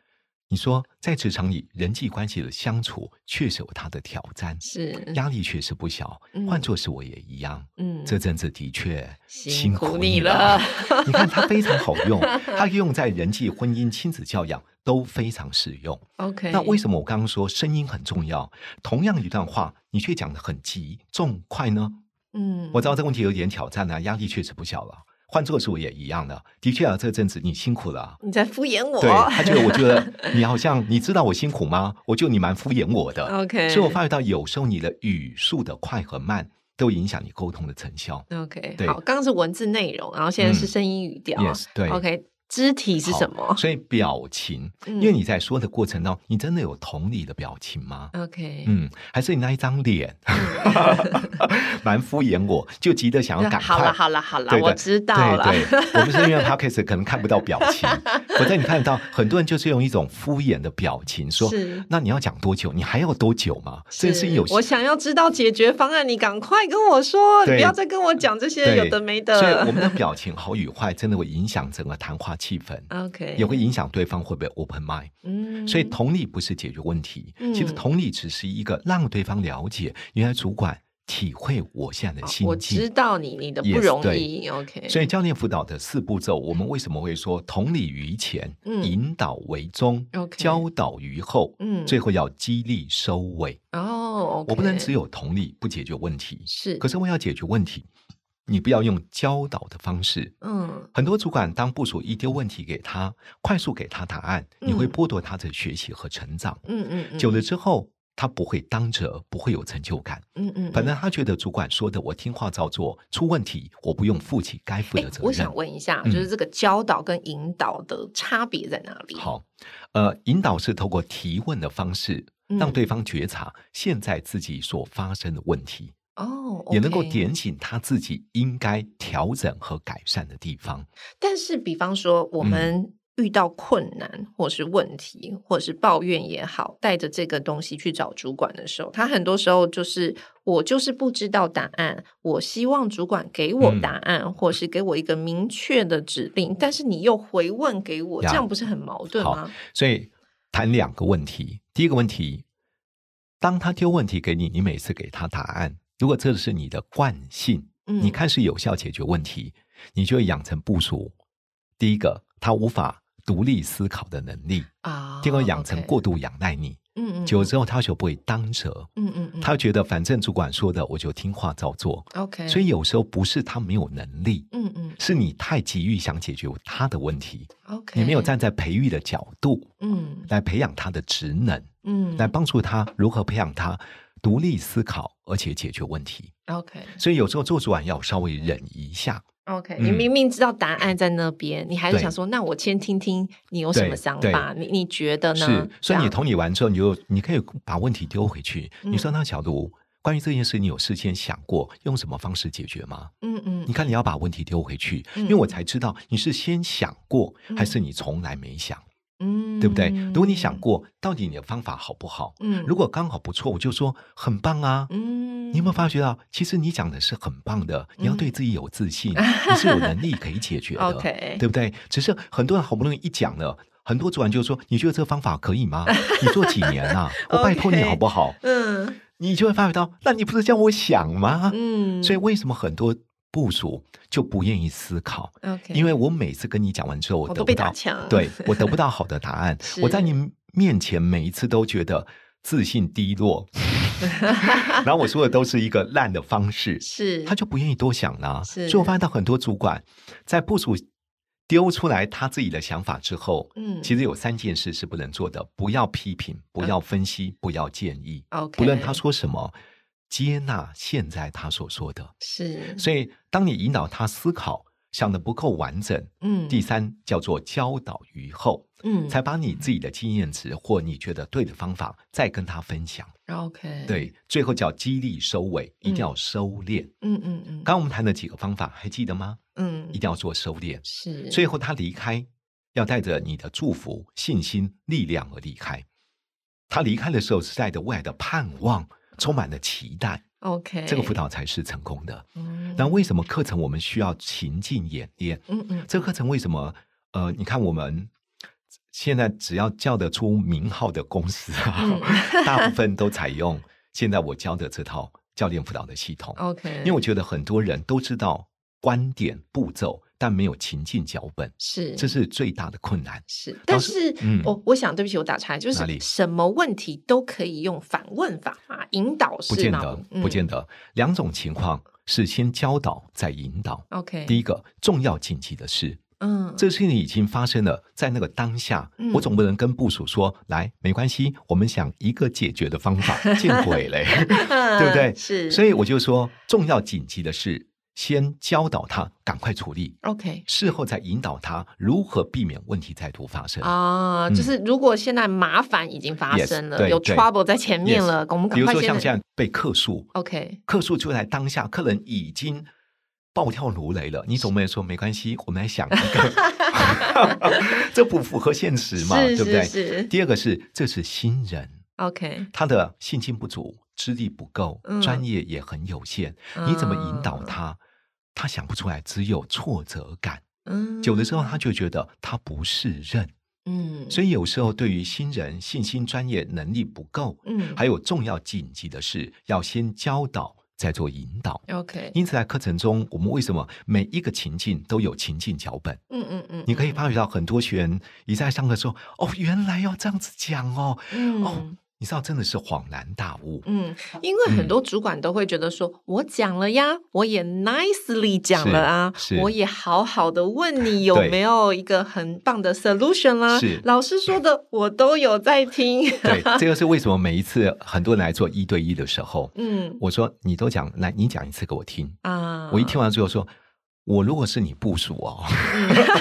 C: 你说，在职场里人际关系的相处确实有它的挑战，
A: 是
C: 压力确实不小
A: 嗯。
C: 换作是我也一样，
A: 嗯
C: 这阵子的确
A: 辛
C: 辛
A: 苦
C: 苦
A: 你
C: 你
A: 了
C: 了。你看它非常好 用，它用在人际、婚姻、亲子教养都非常适用。
A: OK
C: 那为
A: 什
C: 什么我刚刚说声音很重要？同样一段话，你却讲的很急、重、快呢？
A: 嗯
C: 我知道这个问题有点挑战啊，压力确实不小了。换做是我也一样的，的确啊，这阵子你辛苦了啊。
A: 你在敷衍我
C: 对他觉得，我觉得你好像你知道我辛苦吗？我觉得你蛮敷衍我的。
A: OK
C: 所以我发觉到有时候你的语速的快和慢都影响你沟通的成效。
A: OK
C: 对
A: 好，刚刚是文字内容，然后现在是
C: 嗯
A: 声音语调
C: Yes，对
A: OK 肢体是
C: 好
A: 什么
C: 所以表情，
A: 嗯
C: 因为你在说的过程当中，你真的有同理的表情吗？
A: ？OK
C: 嗯，还是你那一 张脸，蛮敷衍我，就急得想要
A: 那
C: 赶快。
A: 好了好了好了
C: 对，的
A: 我知道了。
C: 对对，我们是因为 podcast 可能看不到表 情，否则你看到很多人就是用一种敷衍的表情说
A: 是：“
C: 那你要讲多久？你还要多久吗？”这件事情有
A: 我想要知道解决方案，你赶快跟我说，你
C: 对
A: 不要再跟我讲这些
C: 对
A: 有的没
C: 所以我们
A: 的。
C: 的表情好与坏，真的会影响整个谈话气 氛，
A: OK，
C: 也会影响对方会不会 open mind。
A: 嗯
C: 所以同理不是解决问题，其实
A: 嗯
C: 同理只是一个让对方了解，原来主管体会我现在的心
A: 哦我
C: 境
A: 知。道你你的不
C: Yes，
A: 容易。OK，
C: 所以教练辅导的四步骤，我们为什么会说同理于前，
A: 嗯
C: 引导为中
A: OK
C: 教导于后，
A: 嗯
C: 最后要激励收尾。
A: 哦，
C: 我不能只
A: 有
C: 有同理不解决问题，
A: 是，
C: 可是我要解决问题，你不要用教导的方式。
A: 嗯
C: 很多主管当部署一丢问题给他，快速给他答案，
A: 嗯
C: 你会剥夺他的学习和成长。
A: 嗯嗯嗯，
C: 久了之后，他不会当责，不会有成就感。
A: 嗯嗯，
C: 反
A: 嗯
C: 正他觉得主管说的我听话照做，出问题我不用负起该负
A: 哎
C: 的责任。
A: 我想问一下，就
C: 嗯
A: 是这个教导跟引导的差别在哪里？，
C: 好，呃，引导是透过提问的方式，让
A: 嗯
C: 对方觉察现在自己所发生的问题，
A: 哦，
C: 也能够
A: OK
C: 点醒他自己应该调整和改善的地方。
A: 但是，比方说我
C: 嗯
A: 们遇到困难，或是问题，或是抱怨也好，带着这个东西去找主管的时候，他很多时候就是我就是不知道答案，我希望主管给我
C: 嗯
A: 答案，或是给我一个明确的指令，但是你又回问给我，这
C: 呀
A: 样不是很矛盾
C: 好
A: 吗？
C: 所以谈两个问题，第一个问题，当他丢问题给你，你每次给他答案，如果这是你的惯性，
A: 嗯
C: 你看是有效解决问题，你就会养成部署。第一个，他无法独立思考的能力；
A: 啊，
C: 第二个，养成
A: OK
C: 过度仰赖你。
A: 嗯嗯
C: 久了之后，他就不会当责，
A: 嗯嗯嗯，
C: 他觉得反正主管说的我就听话照做。
A: OK，
C: 所以有时候不是他没有能力，
A: 嗯嗯
C: 是你太急于想解决他的问题，
A: OK，
C: 你没有站在培育的角度
A: 嗯
C: 来培养他的职能，
A: 嗯
C: 来帮助他如何培养他独立思考而且解决问题。
A: OK
C: 所以有时候做主管要稍微忍一下，
A: OK，、
C: 嗯
A: 你明明知道答案在那边，你还是
C: 对
A: 想说，那我先听听你有什么
C: 对
A: 想
C: 对
A: 法，你你觉得呢？
C: 是，
A: 这
C: 所以你
A: 样
C: 同理完之后，你就你可以把问题丢回去。
A: 嗯
C: 你说那小卢，关于这件事，你有事先想过用什么方式解决吗？
A: 嗯嗯
C: 你看，你要把问题丢回去，
A: 嗯
C: 因为我才知道你是先想过，还是你从来没想，
A: 嗯，
C: 对不对？如果你想，过，到底你的方法好不好？
A: 嗯，
C: 如果刚好不错，我就说很棒啊。
A: 嗯，
C: 你有没有发觉到，其实你讲的是很棒的，你要对自己有自 信，你是有能力可以解决的
A: OK
C: 对不对？只是很多人好不容易一讲了。很多主管就说：“你觉得这个方法可 以吗？你做几年啊？我拜托你
A: OK
C: 好不好？”
A: 嗯
C: 你就会发觉到，那你不是叫我想吗？
A: 嗯，
C: 所以为什么很多部署就不愿意思考？
A: OK，
C: 因为我每次跟你讲完之后，我
A: 我
C: 得
A: 都
C: 不
A: 被
C: 到
A: 打，枪，
C: 对我得不到好的答 案
A: 是。
C: 我在你面前每一次都觉得自信低落， 然后我说的都是一个烂的方式，
A: 是
C: 他就不愿意多想啦、所
A: 是
C: 以我发现到很多主管在部署丢出来他自己的想法之后，
A: 嗯
C: 其实有三件事是不能做的：不要批评，不要分析，不要建议。
A: OK，
C: 不论他说什么，接纳现在他所说的。
A: 是，
C: 所以，当你引导他思考，想的不够完整。
A: 嗯
C: 第三叫做教导于后，
A: 嗯
C: 才把你自己的经验值或你觉得对的方法再跟他分享。
A: OK，，
C: 对，最后叫激励收尾，一定要收敛。
A: 嗯嗯嗯，
C: 刚刚我们谈的几个方法，还记得吗？
A: 嗯
C: 一定要做收敛。
A: 是，
C: 最后他离开，要带着你的祝福、信心、力量而离开。他离开的时候是带着未来的盼望，充满了期待。
A: OK
C: 这个辅，导才是成功的。
A: 嗯
C: 那为什么课程我们需要情境演练？
A: 嗯嗯
C: 这个课程为什么？呃，你看我们现在只要叫得出名号的公司啊，大部分都采用现在我教的这套教练辅导的系统。
A: OK，
C: 因为我觉得很多人都知道观点步骤，但没有情境脚本，
A: 是
C: 这是最大的困难。
A: 是，但
C: 师
A: 是
C: 嗯
A: 我我想，对不起，我打岔，就
C: 哪
A: 是
C: 里
A: 什么问题都可以用反问法嘛，引导式
C: 不见
A: 嘛，嗯
C: 得，不见
A: 得。
C: 得。两种情况是先教导再引导。
A: OK，
C: 第
A: 一，
C: 一个重要紧急的事，
A: 嗯，
C: 这事情已经发生了，在那个当下，
A: 嗯
C: 我总不能跟部署说：“来，没关系，我们想一个解决的方 法。”见鬼嘞！
A: 对
C: 不对
A: 嗯是，
C: 所
A: 以
C: 以我就说，重要紧急的事，先教导他赶快处理，
A: OK
C: 事后再引导他如何避免问题再度发生。
A: 啊，就
C: 嗯
A: 是如果现在麻烦已经发
C: Yes，
A: 生了，
C: 对
A: 有
C: 对
A: trouble 在前面
C: Yes，
A: 了，我们
C: 比
A: 赶
C: 如
A: 快
C: 说
A: 先
C: 像现在被客诉，
A: OK
C: 客诉就在当下，客人已经暴跳如雷了，你总不能说没关系，我们来想一 个，这不符合现实嘛，
A: 是
C: 对不对？
A: 是是
C: 第二个是，这是新人，
A: OK，
C: 他的信心不足，资历不够，
A: 嗯
C: 专业也很有限，你怎么引导
A: 啊？
C: 他？他想不出来，只有挫折感。
A: 嗯，
C: 久了之后，他就觉得他不是人。
A: 嗯，
C: 所
A: 以
C: 以有时候对于新人，信心、专业能力不够，
A: 嗯
C: 还有重要紧急的事，要先教导，再做引导。
A: OK，
C: 因此，在课程中，我们为什么每一个情境都有情境脚本？
A: 嗯嗯嗯，
C: 你可以
A: 嗯
C: 发觉到很多学员一在上课说：“哦，原来要这样子讲哦。”哦
A: 嗯，
C: 你知道，真的是恍然大悟。
A: 嗯，因为很多主管都会觉得说，我讲了呀，我也 nicely 讲了啊，
C: 是
A: 我也好好的问你有
C: 对
A: 没有一个很棒的 solution 啦、
C: 是
A: 老师说的我都有在听。
C: 对，这个是为什么每一次很多人来做一对一的时候，
A: 嗯
C: 我说你都讲，来你讲一次给我听。
A: 啊，
C: 我一听完之后说，我如果是你部署 哦，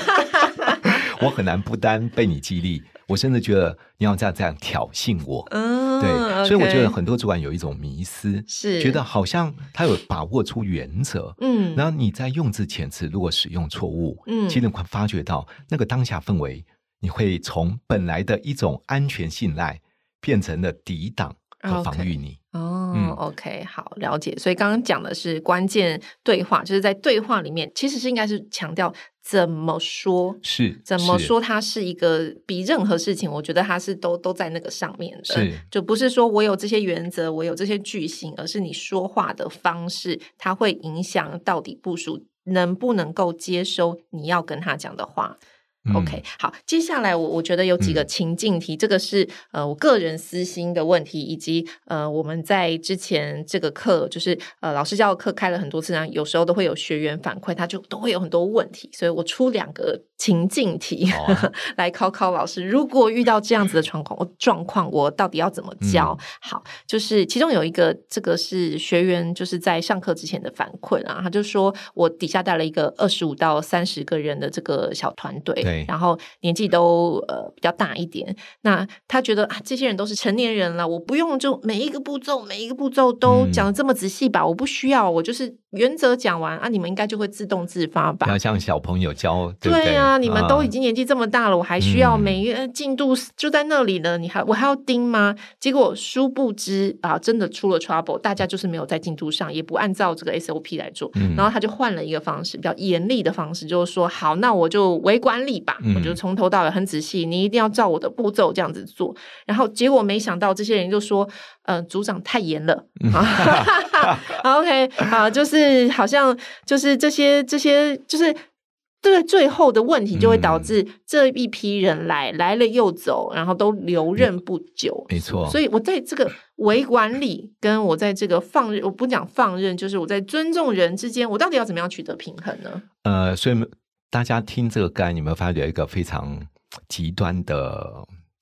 C: 我很难不单被你激励，我甚至觉得你要这样这样挑衅我。
A: 嗯，
C: 对，所以我觉得
A: OK
C: 很多主管有一种迷思，
A: 是
C: 觉得好像他有把握出原则。
A: 嗯，
C: 然后你在用字遣词如果使用错误，
A: 嗯
C: 嗯，其实你会发觉到那个当下氛围，你会从本来的一种安全信赖变成了抵挡和防御你。
A: 哦、
C: 嗯
A: o k 好，了解。所以刚刚讲的是关键对话，就是在对话里面，其实是应该是强调怎么说，
C: 是
A: 怎么？说
C: 是
A: 它是一个比任何事情，我觉得它是都都在那个上面的，
C: 是
A: 就不是说我有这些原则，我有这些句型，而是你说话的方式，它会影响到底部署能不能够接收你要跟他讲的话。
C: 嗯
A: OK，好，接下来我我觉得有几个
C: 嗯
A: 情境题，这个是呃我个人私心的问题，以及呃我们在之前这个课就是呃老师教的课开了很多次，然后有时候都会有学员反馈，他就都会有很多问题，所以我出两个情境题、
C: 好啊
A: 来考考老师，如果遇到这样子
C: 嗯
A: 的状况，我状况我到底要怎么教？好，就是其中有一个，这个是学员就是在上课之前的反馈啊，他就说我底下带了一个二十五到三十个人的这个小团队，
C: 对
A: 然后年纪都呃比较大一点，那他觉得啊这些人都是成年人了，我不用就每一个步骤每一个步骤都
C: 嗯
A: 讲的这么仔细吧，我不需要，我就是原则讲完啊，你们应该就会自动自发吧
C: 要？向小朋友教，对不
A: 对
C: 对
A: 啊，你们都已
C: 经。
A: 经年纪这么大了，我还需要
C: 嗯
A: 每月呃进度就在那里呢，你还我还要盯吗？结果殊不知啊，真的出了 trouble，大家就是没有在进度上，也不按照这个 SOP 来做，
C: 嗯
A: 然后他就换了一个方式，比较严厉的方式，就是说好，那我就微管理吧，
C: 嗯
A: 我就从头到尾很仔细，你一定要照我的步骤这样子做。然后结果没想到这些人就说，呃，组长太严了。
C: 嗯
A: 好 OK，好，就是好像就是这些这些就是。对，最后的问题就会
C: 嗯
A: 导致这一批人来、来了又走，然后都留
C: 嗯
A: 任不久。
C: 没错，
A: 所以我在这个维管理跟我在这个放任，我不讲放任，就是我在尊重人之间，我到底要怎么样取得平衡呢？
C: 呃，所以大家听这个概念，有没有发觉一个非常极端的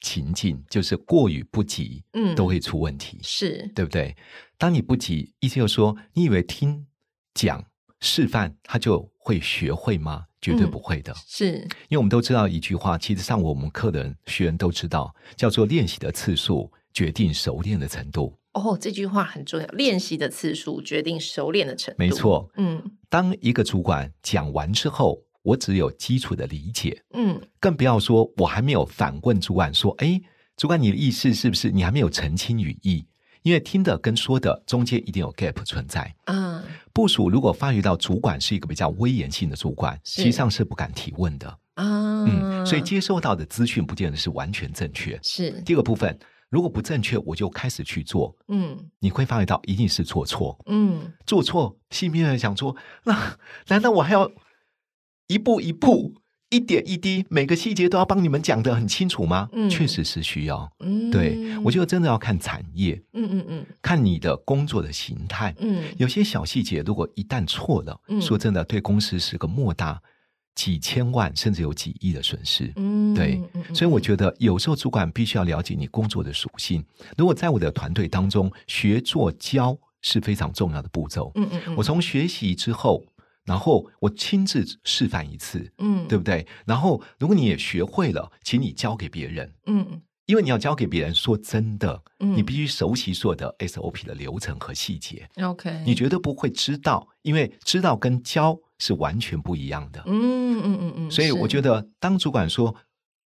C: 情境，就是过与不及，
A: 嗯
C: 都会出问题，
A: 是，
C: 对不对？当你不及，意思就是说，你以为听讲示范他就会学会吗？绝对
A: 嗯
C: 不会的，
A: 是，
C: 因为我们都知道一句话，其实上我们课的人学员都知道，叫做练习的次数决定熟练的程度。
A: 哦，这句话很重要，练习的次数决定熟练的程度。
C: 没，错，
A: 嗯
C: 当一个主管讲完之后，我只有基础的理解，
A: 嗯，
C: 更不要说我还没有反问主管说：“哎，主管，你的意思是不是你还没有澄清语义？”因为听的跟说的中间一定有 gap 存在。
A: 啊，
C: 部署如果发觉到主管是一个比较威严性的主管，
A: 是
C: 实际上是不敢提问的。
A: 啊，
C: 嗯，所以接收到的资讯不见得是完全正确。
A: 是，
C: 第二个部分，如果不正确，我就开始去做，
A: 嗯
C: 你会发觉到一定是做错。
A: 嗯，
C: 做错，心里面想说，那 难道我还要一步一步、一点一滴，每个细节都要帮你们讲得很清楚吗？
A: 嗯
C: 确实是需要。
A: 嗯，
C: 对、我觉得真的要看产业，
A: 嗯嗯嗯
C: 看你的工作的形态。
A: 嗯，
C: 有些小细节，如果一旦错了，
A: 嗯
C: 说真的，对公司是个莫大几千万甚至有几亿的损失。
A: 嗯，
C: 对
A: 嗯，嗯
C: 所以我觉得有时候主管必须要了解你工作的属性。如果在我的团队当中，学做教是非常重要的步骤。
A: 嗯嗯嗯，
C: 我从学习之后，然后我亲自示范一次，
A: 嗯
C: 对不对？然后如果你也学会了，请你教给别人，
A: 嗯
C: 因为你要教给别人。说真的，
A: 嗯
C: 你必须熟悉所有的 SOP 的流程和细节，
A: OK，
C: 你绝对不会知道，因为知道跟教是完全不一样的。
A: 嗯嗯嗯嗯，
C: 所以我觉
A: 得
C: 得，当主管说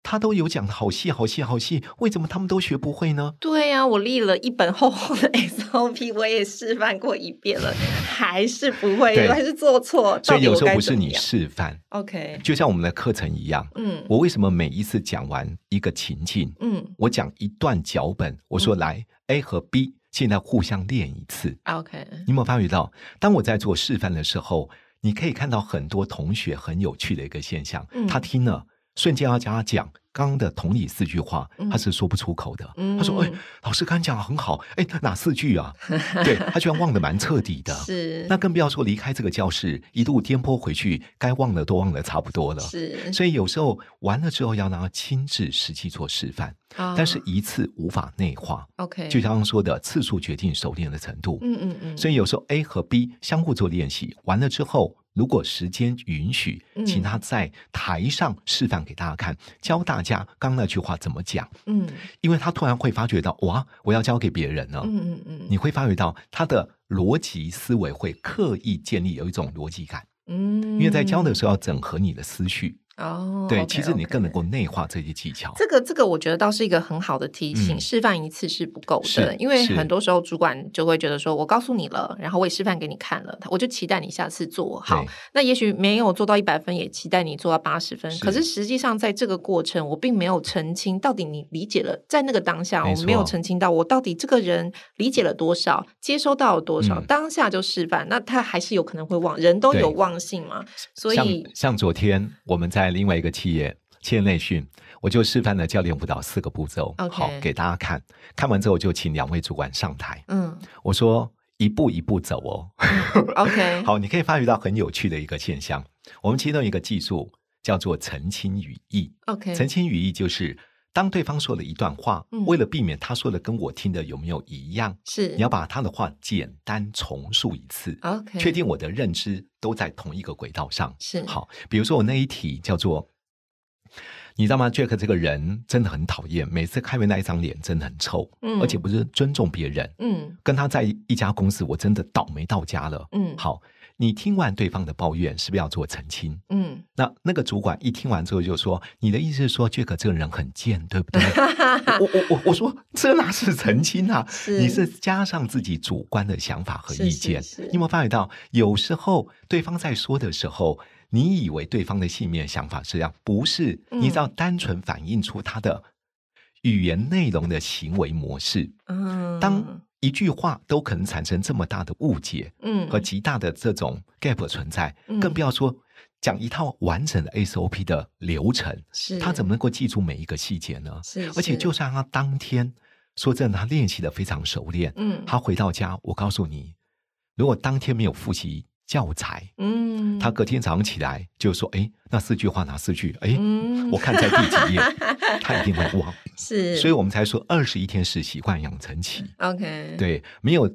C: 他都有讲得好细、好细、好细，为什么他们都学不会呢？
A: 对呀、我立了一本厚厚的 SOP，我也示范过一遍了，还是不会，
C: 对
A: 还是做错。
C: 所以有
A: 到
C: 时
A: 底我
C: 候
A: 该
C: 不是
A: 怎么
C: 你
A: 样
C: 示范，
A: OK，
C: 就像我们的课程一样，
A: 嗯，
C: 我为什么每一次讲完一个情境，
A: 嗯
C: 我讲一段脚本，我说来 A 和 B 现在互相练一次。
A: OK，
C: 你有没有发觉到，当我在做示范的时候，你可以看到很多同学很有趣的一个现象，
A: 嗯
C: 他听了瞬间要教他讲。刚刚的同理四句话
A: 嗯，
C: 他是说不出口的。
A: 嗯
C: 他说：“哎，老师刚刚讲的很好，哎，哪四 句啊？”对他居然忘得蛮彻底的。
A: 是
C: 那更不要说离开这个教室，一路颠簸回去，该忘的都忘得差不多了。
A: 是，
C: 所以有时候完了之后要让他亲自实际做示范，
A: 啊
C: 但是一次无法内化，
A: OK，
C: 就像刚刚说的，次数决定熟练的程度。
A: 嗯嗯嗯，
C: 所以有时候 A 和 B 相互做练习，完了之后，如果时间允许
A: 嗯，
C: 请他在台上示范给大家看，教大家刚那句话怎么讲，
A: 嗯
C: 因为他突然会发觉到，哇，我要教给别人了。
A: 嗯嗯嗯，
C: 你会发觉到他的逻辑思维会刻意建立有一种逻辑感，
A: 嗯，
C: 因为在教的时候要整合你的思绪，
A: 哦，
C: 对，
A: OK，
C: 其实你
A: OK
C: 更能够内化这些技巧。
A: 这个这个，我觉得倒是一个很好的提醒。
C: 嗯
A: 示范一次是不够的
C: 是，
A: 因为
C: 是
A: 很多时候主管就会觉得说，我告诉你了，然后我也示范给你看了，我就期待你下次做好
C: 对。
A: 那也许没有做到一百分，也期待你做到八十分。
C: 是
A: 可是实际上，在这个过程，我并没有澄清到底你理解了，在那个当下，
C: 没
A: 我
C: 错
A: 没有澄清到我到底这个人理解了多少，接收到了多少，
C: 嗯
A: 当下就示范，那他还是有可能会忘，人都
C: 对
A: 有忘性嘛，所
C: 像
A: 以
C: 像昨天我们在另外一个企业企业内训，我就示范了教练舞蹈四个步骤
A: OK
C: 好给大家看。看完之后，我就请两位主管上台，
A: 嗯
C: 我说一步一步走哦。
A: 哎，OK，
C: 好，你可以发觉到很有趣的一个现象。我们其中一个技术叫做澄清语义，
A: ，OK，
C: 澄清语义就是。当对方说了一段话，
A: 嗯
C: 为了避免他说的跟我听的有没有一样，
A: 是
C: 你要把他的话简单重述一次。
A: OK，
C: 确定我的认知都在同一个轨道上。
A: 是
C: 好，比如说我那一题叫做，你知道吗？Jack 这个人真的很讨厌，每次开会那一张脸真的很臭，
A: 嗯
C: 而且不是尊重别人。
A: 嗯
C: 跟他在一家公司，我真的倒霉到家了。
A: 嗯
C: 好，你听完对方的抱怨，是不是要做澄清？
A: 嗯，
C: 那那个主管一听完之后就说：“你的意思是说杰克这个人很贱，对不对？”我我我我说这哪是澄清啊？
A: 是
C: 你是加上自己主观的想法和
A: 是
C: 意
A: 是
C: 见。
A: 是
C: 你有没有发觉到，有时候对方在说的时候，你以为对方的信念想法是这样，不是？
A: 嗯
C: 你只要单纯反映出他的语言内容的行为模式，
A: 嗯，
C: 当一句话都可能产生这么大的误解，
A: 嗯
C: 和极大的这种 gap 存在，
A: 嗯
C: 更不要说讲一套完整的 SOP 的流程，
A: 是
C: 他怎么能够记住每一个细节呢？
A: 是，
C: 而且就算他当天说真的，他练习的非常熟练，
A: 嗯
C: 他回到家，我告诉你，如果当天没有复习教材，
A: 嗯，
C: 他隔天早上起来就说：“哎，那四句话哪四句？哎，
A: 嗯
C: 我看在第 几页，他一定会忘。”
A: 是，嗯
C: 所以我们才说二十一天是习惯养成期。
A: OK
C: 对，没有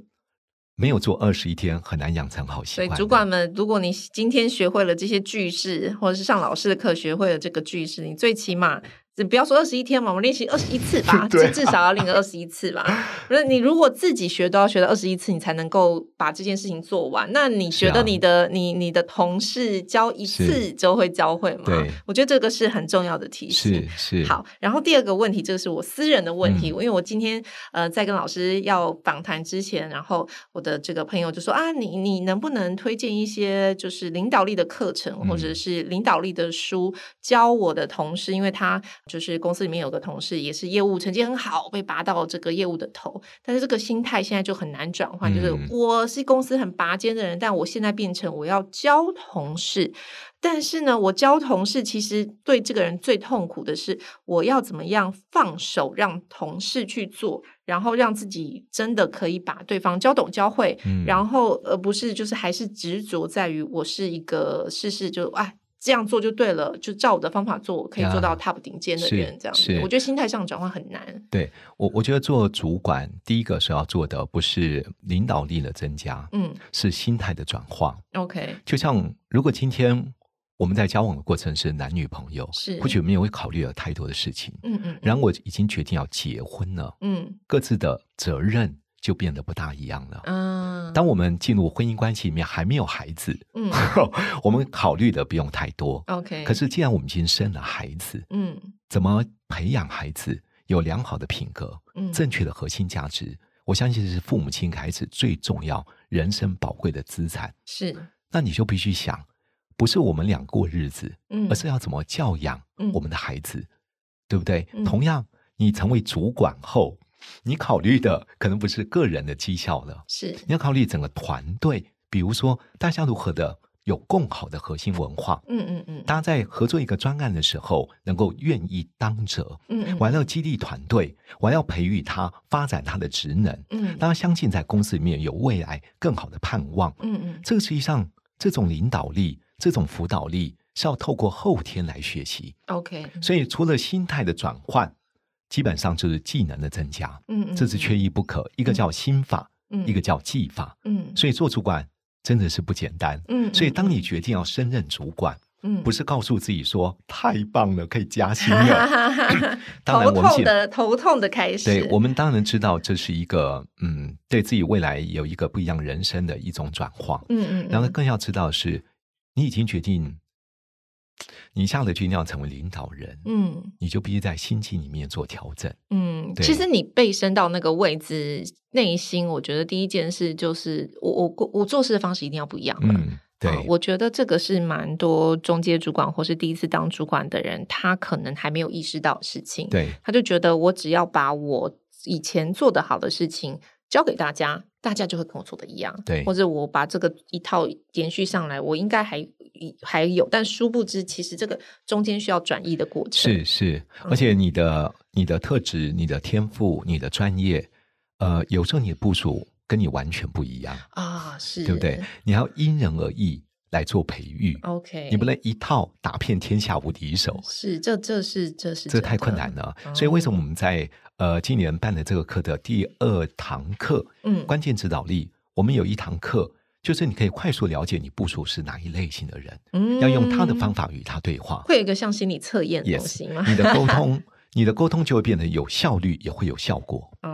C: 没有做二十一天，很难养成好习
A: 所
C: 惯
A: 以
C: 的。
A: 主管们，如果你今天学会了这些句式，或者是上老师的课学会了这个句式，你最起码。只不要说二十一天嘛，我们练习二十一次 吧，至、
C: 对啊
A: 至少要练个二十一次吧。那你如果自己学都要学到二十一次，你才能够把这件事情做完。那你觉
C: 是
A: 得
C: 啊
A: 你的、你你的同事教一次
C: 是
A: 就会教会吗？
C: 对
A: 我觉得这个是很重要的提醒。
C: 是是
A: 好，然后第二个问题，这个是我私人的问题，
C: 嗯
A: 因为我今天呃在跟老师要访谈之前，然后我的这个朋友就说啊，你你能不能推荐一些就是领导力的课程
C: 嗯
A: 或者是领导力的书，教我的同事，因为他就是公司里面有个同事也是业务成绩很好，被拔到这个业务的头，但是这个心态现在就很难转换，就是
C: 嗯
A: 我是公司很拔尖的人，但我现在变成我要教同事。但是呢，我教同事，其实对这个人最痛苦的是，我要怎么样放手让同事去做，然后让自己真的可以把对方教懂教会，
C: 嗯
A: 然后而不是就是还是执着在于我是一个事事就啊这样做就对了，就照我的方法做，我可以做到
C: 呀
A: top 顶尖的
C: 是
A: 人这样子
C: 是。
A: 我觉得心态上转换很难。
C: 对我，我觉得做主管第一个是要做的，不是领导力的增加，
A: 嗯
C: 是心态的转化。
A: ，OK，
C: 就像如果今天我们在交往的过程是男女朋友，
A: 是
C: 或许没有会考虑了太多的事情，
A: 嗯嗯嗯
C: 然后我已经决定要结婚了，
A: 嗯
C: 各自的责任就变得不大一样了。
A: 啊，
C: 当我们进入婚姻关系里面还没有孩子，
A: 嗯
C: 我们考虑的不用太多。
A: OK，
C: 可是既然我们已经生了孩子，
A: 嗯
C: 怎么培养孩子有良好的品格、
A: 嗯
C: 正确的核心价值？我相信是父母亲开始最重要、人生宝贵的资产。
A: 是
C: 那你就必须想，不是我们俩过日子，
A: 嗯
C: 而是要怎么教养
A: 嗯
C: 我们的孩子，对不对？
A: 嗯
C: 同样，你成为主管后，你考虑的可能不是个人的绩效了，
A: 是
C: 你要考虑整个团队，比如说大家如何的有共好的核心文化。
A: 嗯嗯嗯
C: 大家在合作一个专案的时候，能够愿意当责，
A: 嗯嗯
C: 我还要激励团队，我还要培育他，发展他的职能，
A: 嗯
C: 让他相信在公司里面有未来更好的盼望。
A: 嗯嗯
C: 这个实际上，这种领导力、这种辅导力是要透过后天来学习。
A: OK，
C: 所以，除了心态的转换，基本上就是技能的增加，
A: 嗯嗯，
C: 这是缺一不可。一个叫心法，
A: 嗯
C: 一个叫技法。
A: 嗯
C: 所以，做主管真的是不简单。
A: 嗯，
C: 所以，当你决定要升任主管，
A: 嗯
C: 不
A: 是
C: 是告诉自己说太棒了，可以加 薪了。 当然，
A: 头
C: 我们
A: 痛
C: 现
A: 的头痛的开始，
C: 对我们当然知道这是一个嗯，对自己未来有一个不一样人生的一种转化。
A: 嗯嗯，
C: 然后更要知道的是，你已经决定，你下了决定要成为领导人，
A: 嗯
C: 你就必须在心境里面做调整。
A: 嗯，
C: 对
A: 其实你被升到那个位置，内心我觉得第一件事就是我我我我做事的方式一定要不一样了。
C: 嗯，对
A: 啊，我觉得这个是蛮多中介主管或是第一次当主管的人，他可能还没有意识到的事情。
C: 对，
A: 他就觉得我只要把我以前做的好的事情交给大家，大家就会跟我做的一样，
C: 对
A: 或者我把这个一套延续上来，我应该还还有，但殊不知其实这个中间需要转移的过程，
C: 是是，而且
A: 嗯
C: 你的你的特质、你的天赋、你的专业，呃，有时候你的部署跟你完全不一样，
A: 啊，是
C: 对不对？你要因人而异来做培育，
A: ？OK，
C: 你不能一套打遍天下无敌手。
A: 是这这是这是
C: 这
A: 真
C: 太困
A: 的哦
C: 难，了，所以为什么我们在呃今年办的这个课的第二堂课，
A: 嗯
C: 关键指导力，我们有一堂课，就是你可以快速了解你部署是哪一类型的人，
A: 嗯
C: 要用他的方法与他对话。
A: 会有一个像心理测验的东
C: Yes，
A: 西吗？
C: 你的沟通，你的沟通就会变得有效率，也会有效果。
A: 哦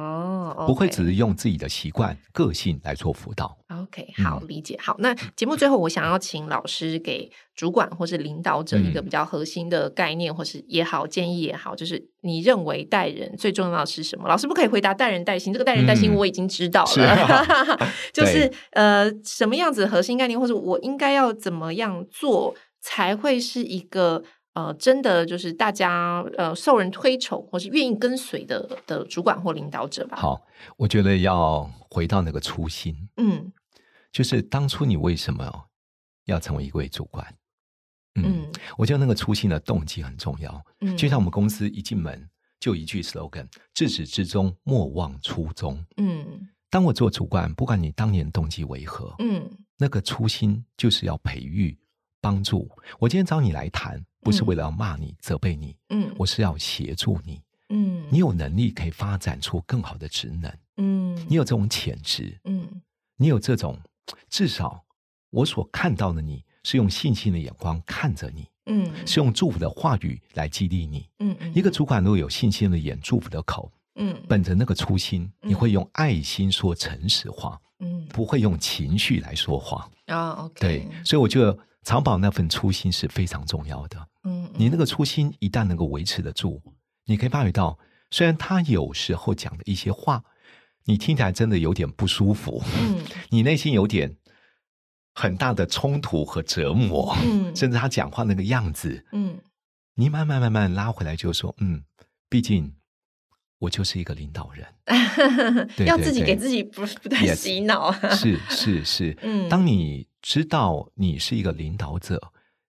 A: 哦，OK，
C: 嗯不会只是用自己的习惯、个性来做辅导。
A: OK，
C: 嗯
A: 好，理解。好，那节目最后，我想要请老师给主管或是领导者一个
C: 嗯
A: 比较核心的概念，或是也好，建议也好，就是你认为带人最重要的是什么？老师不可以回答带人带薪，这个带人带薪
C: 嗯
A: 我已经知道
C: 是
A: 了，
C: 啊
A: 就是
C: 对
A: 呃，什么样子的核心概念，或者我应该要怎么样做才会是一个。呃，真的就是大家呃受人推崇或是愿意跟随的的主管或领导者吧。，
C: 好，我觉得要回到那个初心，
A: 嗯
C: 就是当初你为什么要成为一位主管？嗯，
A: 嗯
C: 我觉得那个初心的动机很重要。
A: 嗯，
C: 就像我们公司一进门就一句 slogan：自始至终莫忘初衷。
A: 嗯
C: 当我做主管，不管你当年动机为何，
A: 嗯
C: 那个初心就是要培育、帮助。我今天找你来谈，不是
A: 嗯
C: 为了要骂你、责备你，
A: 嗯，
C: 我是要协助你。
A: 嗯，
C: 你有能力可以发展出更好的职能，
A: 嗯，
C: 你有这种潜质，
A: 嗯
C: 你有这种，至少我所看到的你是用信心的眼光看着你，
A: 嗯
C: 是用祝福的话语来激励你。
A: 嗯嗯
C: 一个主管如果有信心的眼、祝福的口，
A: 嗯
C: 本着那个初心，
A: 嗯
C: 你会用爱心说诚实话，
A: 嗯
C: 不会用情绪来说话。
A: 啊 OK
C: 对，所以我觉得长保那份初心是非常重要的。
A: 嗯
C: 你那个初心一旦能够维持得住，你可以发觉到，虽然他有时候讲的一些话，你听起来真的有点不舒服，
A: 嗯
C: 你内心有点很大的冲突和折磨，
A: 嗯
C: 甚至他讲话那个样子，
A: 嗯
C: 你慢慢慢慢拉回来，就说，嗯，毕竟我就是一个领导人。
A: 嗯 要自己给自己不不断洗脑啊
C: 是是是，
A: 嗯
C: 当你知道你是一个领导者，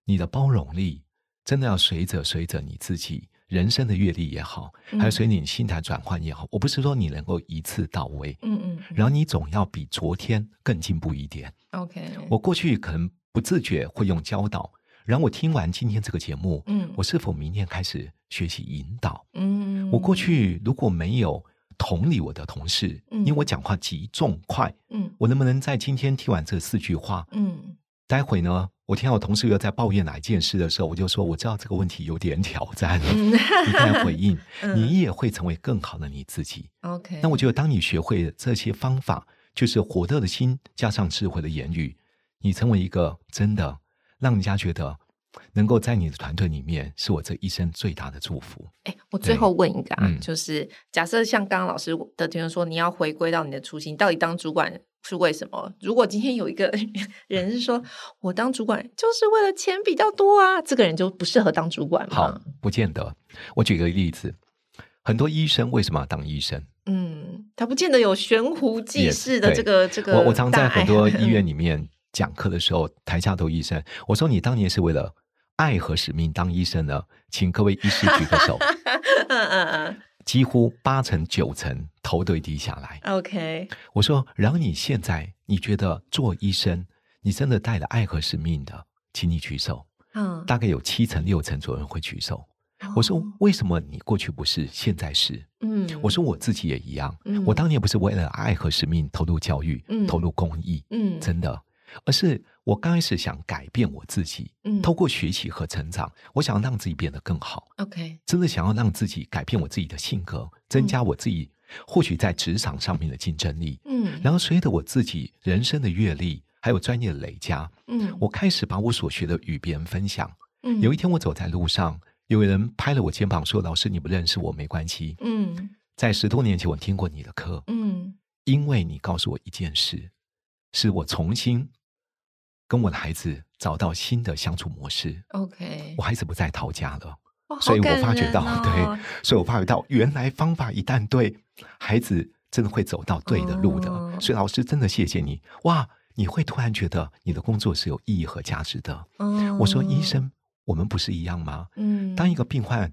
C: 你的包容力真的要随着随着你自己人生的阅历也好，还有
A: 嗯
C: 随你心态转换也好，我不是说你能够一次到位，
A: 嗯嗯
C: 然后你总要比昨天更进步一点。
A: OK
C: 我过去可能不自觉会用教导，然后我听完今天这个节目，
A: 嗯
C: 我是否明天开始学习引导？
A: 嗯
C: 我过去如果没有同理我的同事，因为
A: 嗯
C: 我讲话急重快，
A: 嗯
C: 我能不能在今天听完这四句话，
A: 嗯
C: 待会呢，我听到我同事又在抱怨哪一件事的时候，我就说我知道这个问题有点挑战，
A: 嗯
C: 你看回应，
A: 嗯
C: 你也会成为更好的你自己。
A: OK
C: 那我觉得，当你学会这些方法，就是火热的心加上智慧的言语，你成为一个真的让人家觉得能够在你的团队里面，是我这一生最大的祝福。
A: 哎，我最
C: 对
A: 后问一个啊，
C: 嗯
A: 就是假设像刚刚老师的听众说，你要回归到你的初心，到底当主管是为什么？如果今天有一个 人是说我当主管就是为了钱比较多啊，这个人就不适合当主管嘛？
C: 好，不见得。我举个例子，很多医生为什么要当医生？
A: 嗯，他不见得有悬壶济
C: Yes，
A: 世的
C: 对
A: 这个这个大爱。
C: 我我常在很多 医院里面讲课的时候，台下都医生，我说你当年是为了爱和使命当医生呢，请各位医师举个手，
A: 嗯嗯
C: 几乎八成九成头都低下来。
A: 嗯，OK，
C: 我说，然后你现在你觉得做医生，你真的带了爱和使命的，请你举手，
A: 嗯，
C: 大概有七成六成左右人会举手。我说
A: 哦，
C: 为什么你过去不是，现在是？
A: 嗯，
C: 我说我自己也一样，
A: 嗯
C: 我当年不是为了爱和使命投入教育，
A: 嗯
C: 投入公益，
A: 嗯，
C: 真的，而是我刚开始想改变我自己，
A: 嗯
C: 透过学习和成长，我想让自己变得更好，
A: OK，
C: 真的想要让自己改变我自己的性格，增加我自己、或许在职场上面的竞争力。
A: 嗯，
C: 然后随着我自己人生的阅历，还有专业的累加，
A: 嗯，
C: 我开始把我所学的与别人分享。
A: 嗯
C: 有一天我走在路上，有人拍了我肩膀说：“老师，你不认识我没关系，
A: 嗯
C: 在十多年前我听过你的课，
A: 嗯
C: 因为你告诉我一件事，使我重新跟我的孩子找到新的相处模式。
A: OK，
C: 我孩子不再逃家了，
A: 哇
C: 所以
A: 好
C: 我
A: 感
C: 发觉
A: 人
C: 到，
A: 哦
C: 对，所以我发觉到，原来方法一旦对，孩子真的会走到对的路的。
A: 哦
C: 所以老师真的谢谢你，哇，你会突然觉得你的工作是有意义和价值
A: 哦
C: 的。我说医，生，我们不是一样吗？
A: 嗯嗯，
C: 当一个病患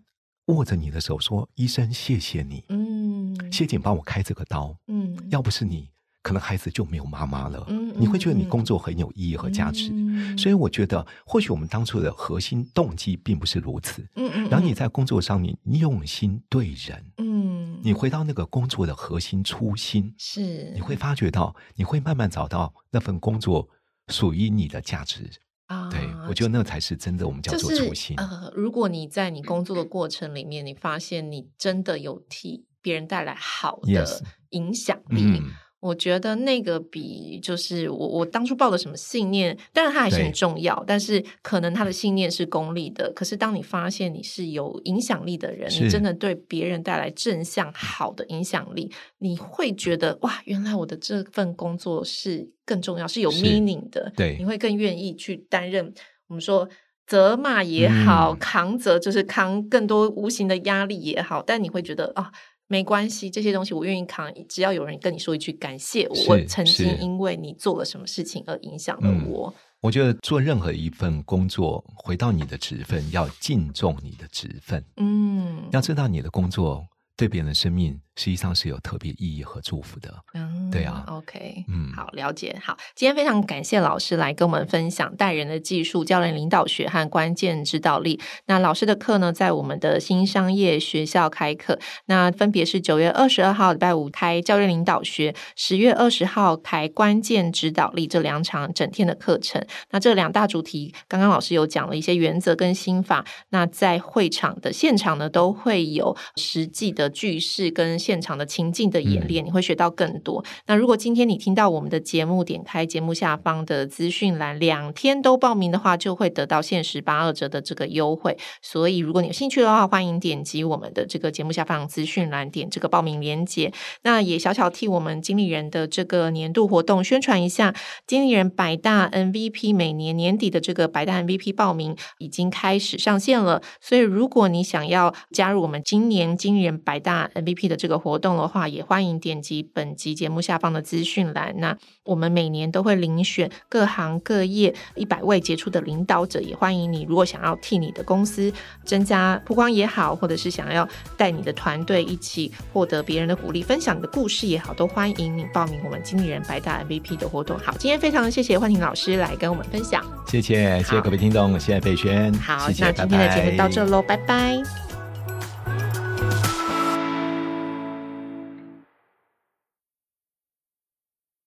C: 握着你的手说：“医生，谢谢你，
A: 嗯，
C: 谢谢你帮我开这个刀。”
A: 嗯
C: 要不是你，可能孩子就没有妈妈了。
A: 嗯
C: 你会觉得你
A: 嗯嗯
C: 工作很有意义和价值。
A: 嗯
C: 所以我觉得，或许我们当初的核心动机并不是如此。
A: 嗯嗯，
C: 然后你在工作上面你用心对人，
A: 嗯，嗯
C: 你回到那个工作的核心初心，
A: 是
C: 你会发觉到，你会慢慢找到那份工作属于你的价值。
A: 啊，
C: 对我觉得那才是真的我们叫
A: 就
C: 做
A: 是
C: 初心。嗯
A: 呃，如果你在你工作的过程里面，你发现你真的有替别人带来好的
C: Yes
A: 影响力。
C: 嗯，
A: 我觉得那个比就是我我当初抱的什么信念，当然它还是很
C: 对
A: 重要，但是可能他的信念是功利的。可是当你发现你是有影响力的人，你
C: 是
A: 真的对别人带来正向好的影响力，你会觉得哇，原来我的这份工作是更重要，是有
C: 是
A: meaning 的。
C: 对
A: 你会更愿意去担任我们说责骂也好，
C: 嗯
A: 扛责就是扛更多无形的压力也好，但你会觉得啊。没关系，这些东西我愿意扛。只要有人跟你说一句感谢我，
C: 是
A: 我曾经
C: 是
A: 因为你做了什么事情而影响了
C: 嗯
A: 我。
C: 我觉得做任何一份工作，回到你的职分，要敬重你的职分，
A: 嗯，
C: 要知道你的工作对别人的生命实际上是有特别意义和祝福的。
A: 嗯
C: 对啊
A: ，OK，
C: 嗯
A: 好，了解。好，今天非常感谢老师来跟我们分享带人的技术、教练领导学和关键指导力。那老师的课呢，在我们的新商业学校开课，那分别是九月二十二号礼拜五开教练领导学，十月二十号开关键指导力这两场整天的课程。那这两大主题，刚刚老师有讲了一些原则跟心法，那在会场的现场呢，都会有实际的句式跟现场的情境的演练，你会学到更多。那如果今天你听到我们的节目，点开节目下方的资讯栏，两天都报名的话，就会得到限时八二折的这个优惠。所以如果你有兴趣的话，欢迎点击我们的这个节目下方资讯栏，点这个报名链接。那也小小替我们经理人的这个年度活动宣传一下，经理人百大 MVP 每年年底的这个百大 MVP 报名已经开始上线了，所以如果你想要加入我们今年经理人百大 MVP 的这个活动的话，也欢迎点击本集节目下方的资讯栏。那我们每年都会遴选各行各业一百位杰出的领导者，也欢迎你如果想要替你的公司增加曝光也好，或者是想要带你的团队一起获得别人的鼓励，分享你的故事也好，都欢迎你报名我们经理人百大 MVP 的活动。好，今天非常谢谢焕婷老师来跟我们分享。
C: 谢谢，谢谢各位听众，谢谢贝轩，
A: 好，
C: 谢谢，
A: 那今天的节目到这
C: 拜拜
A: 喽，拜拜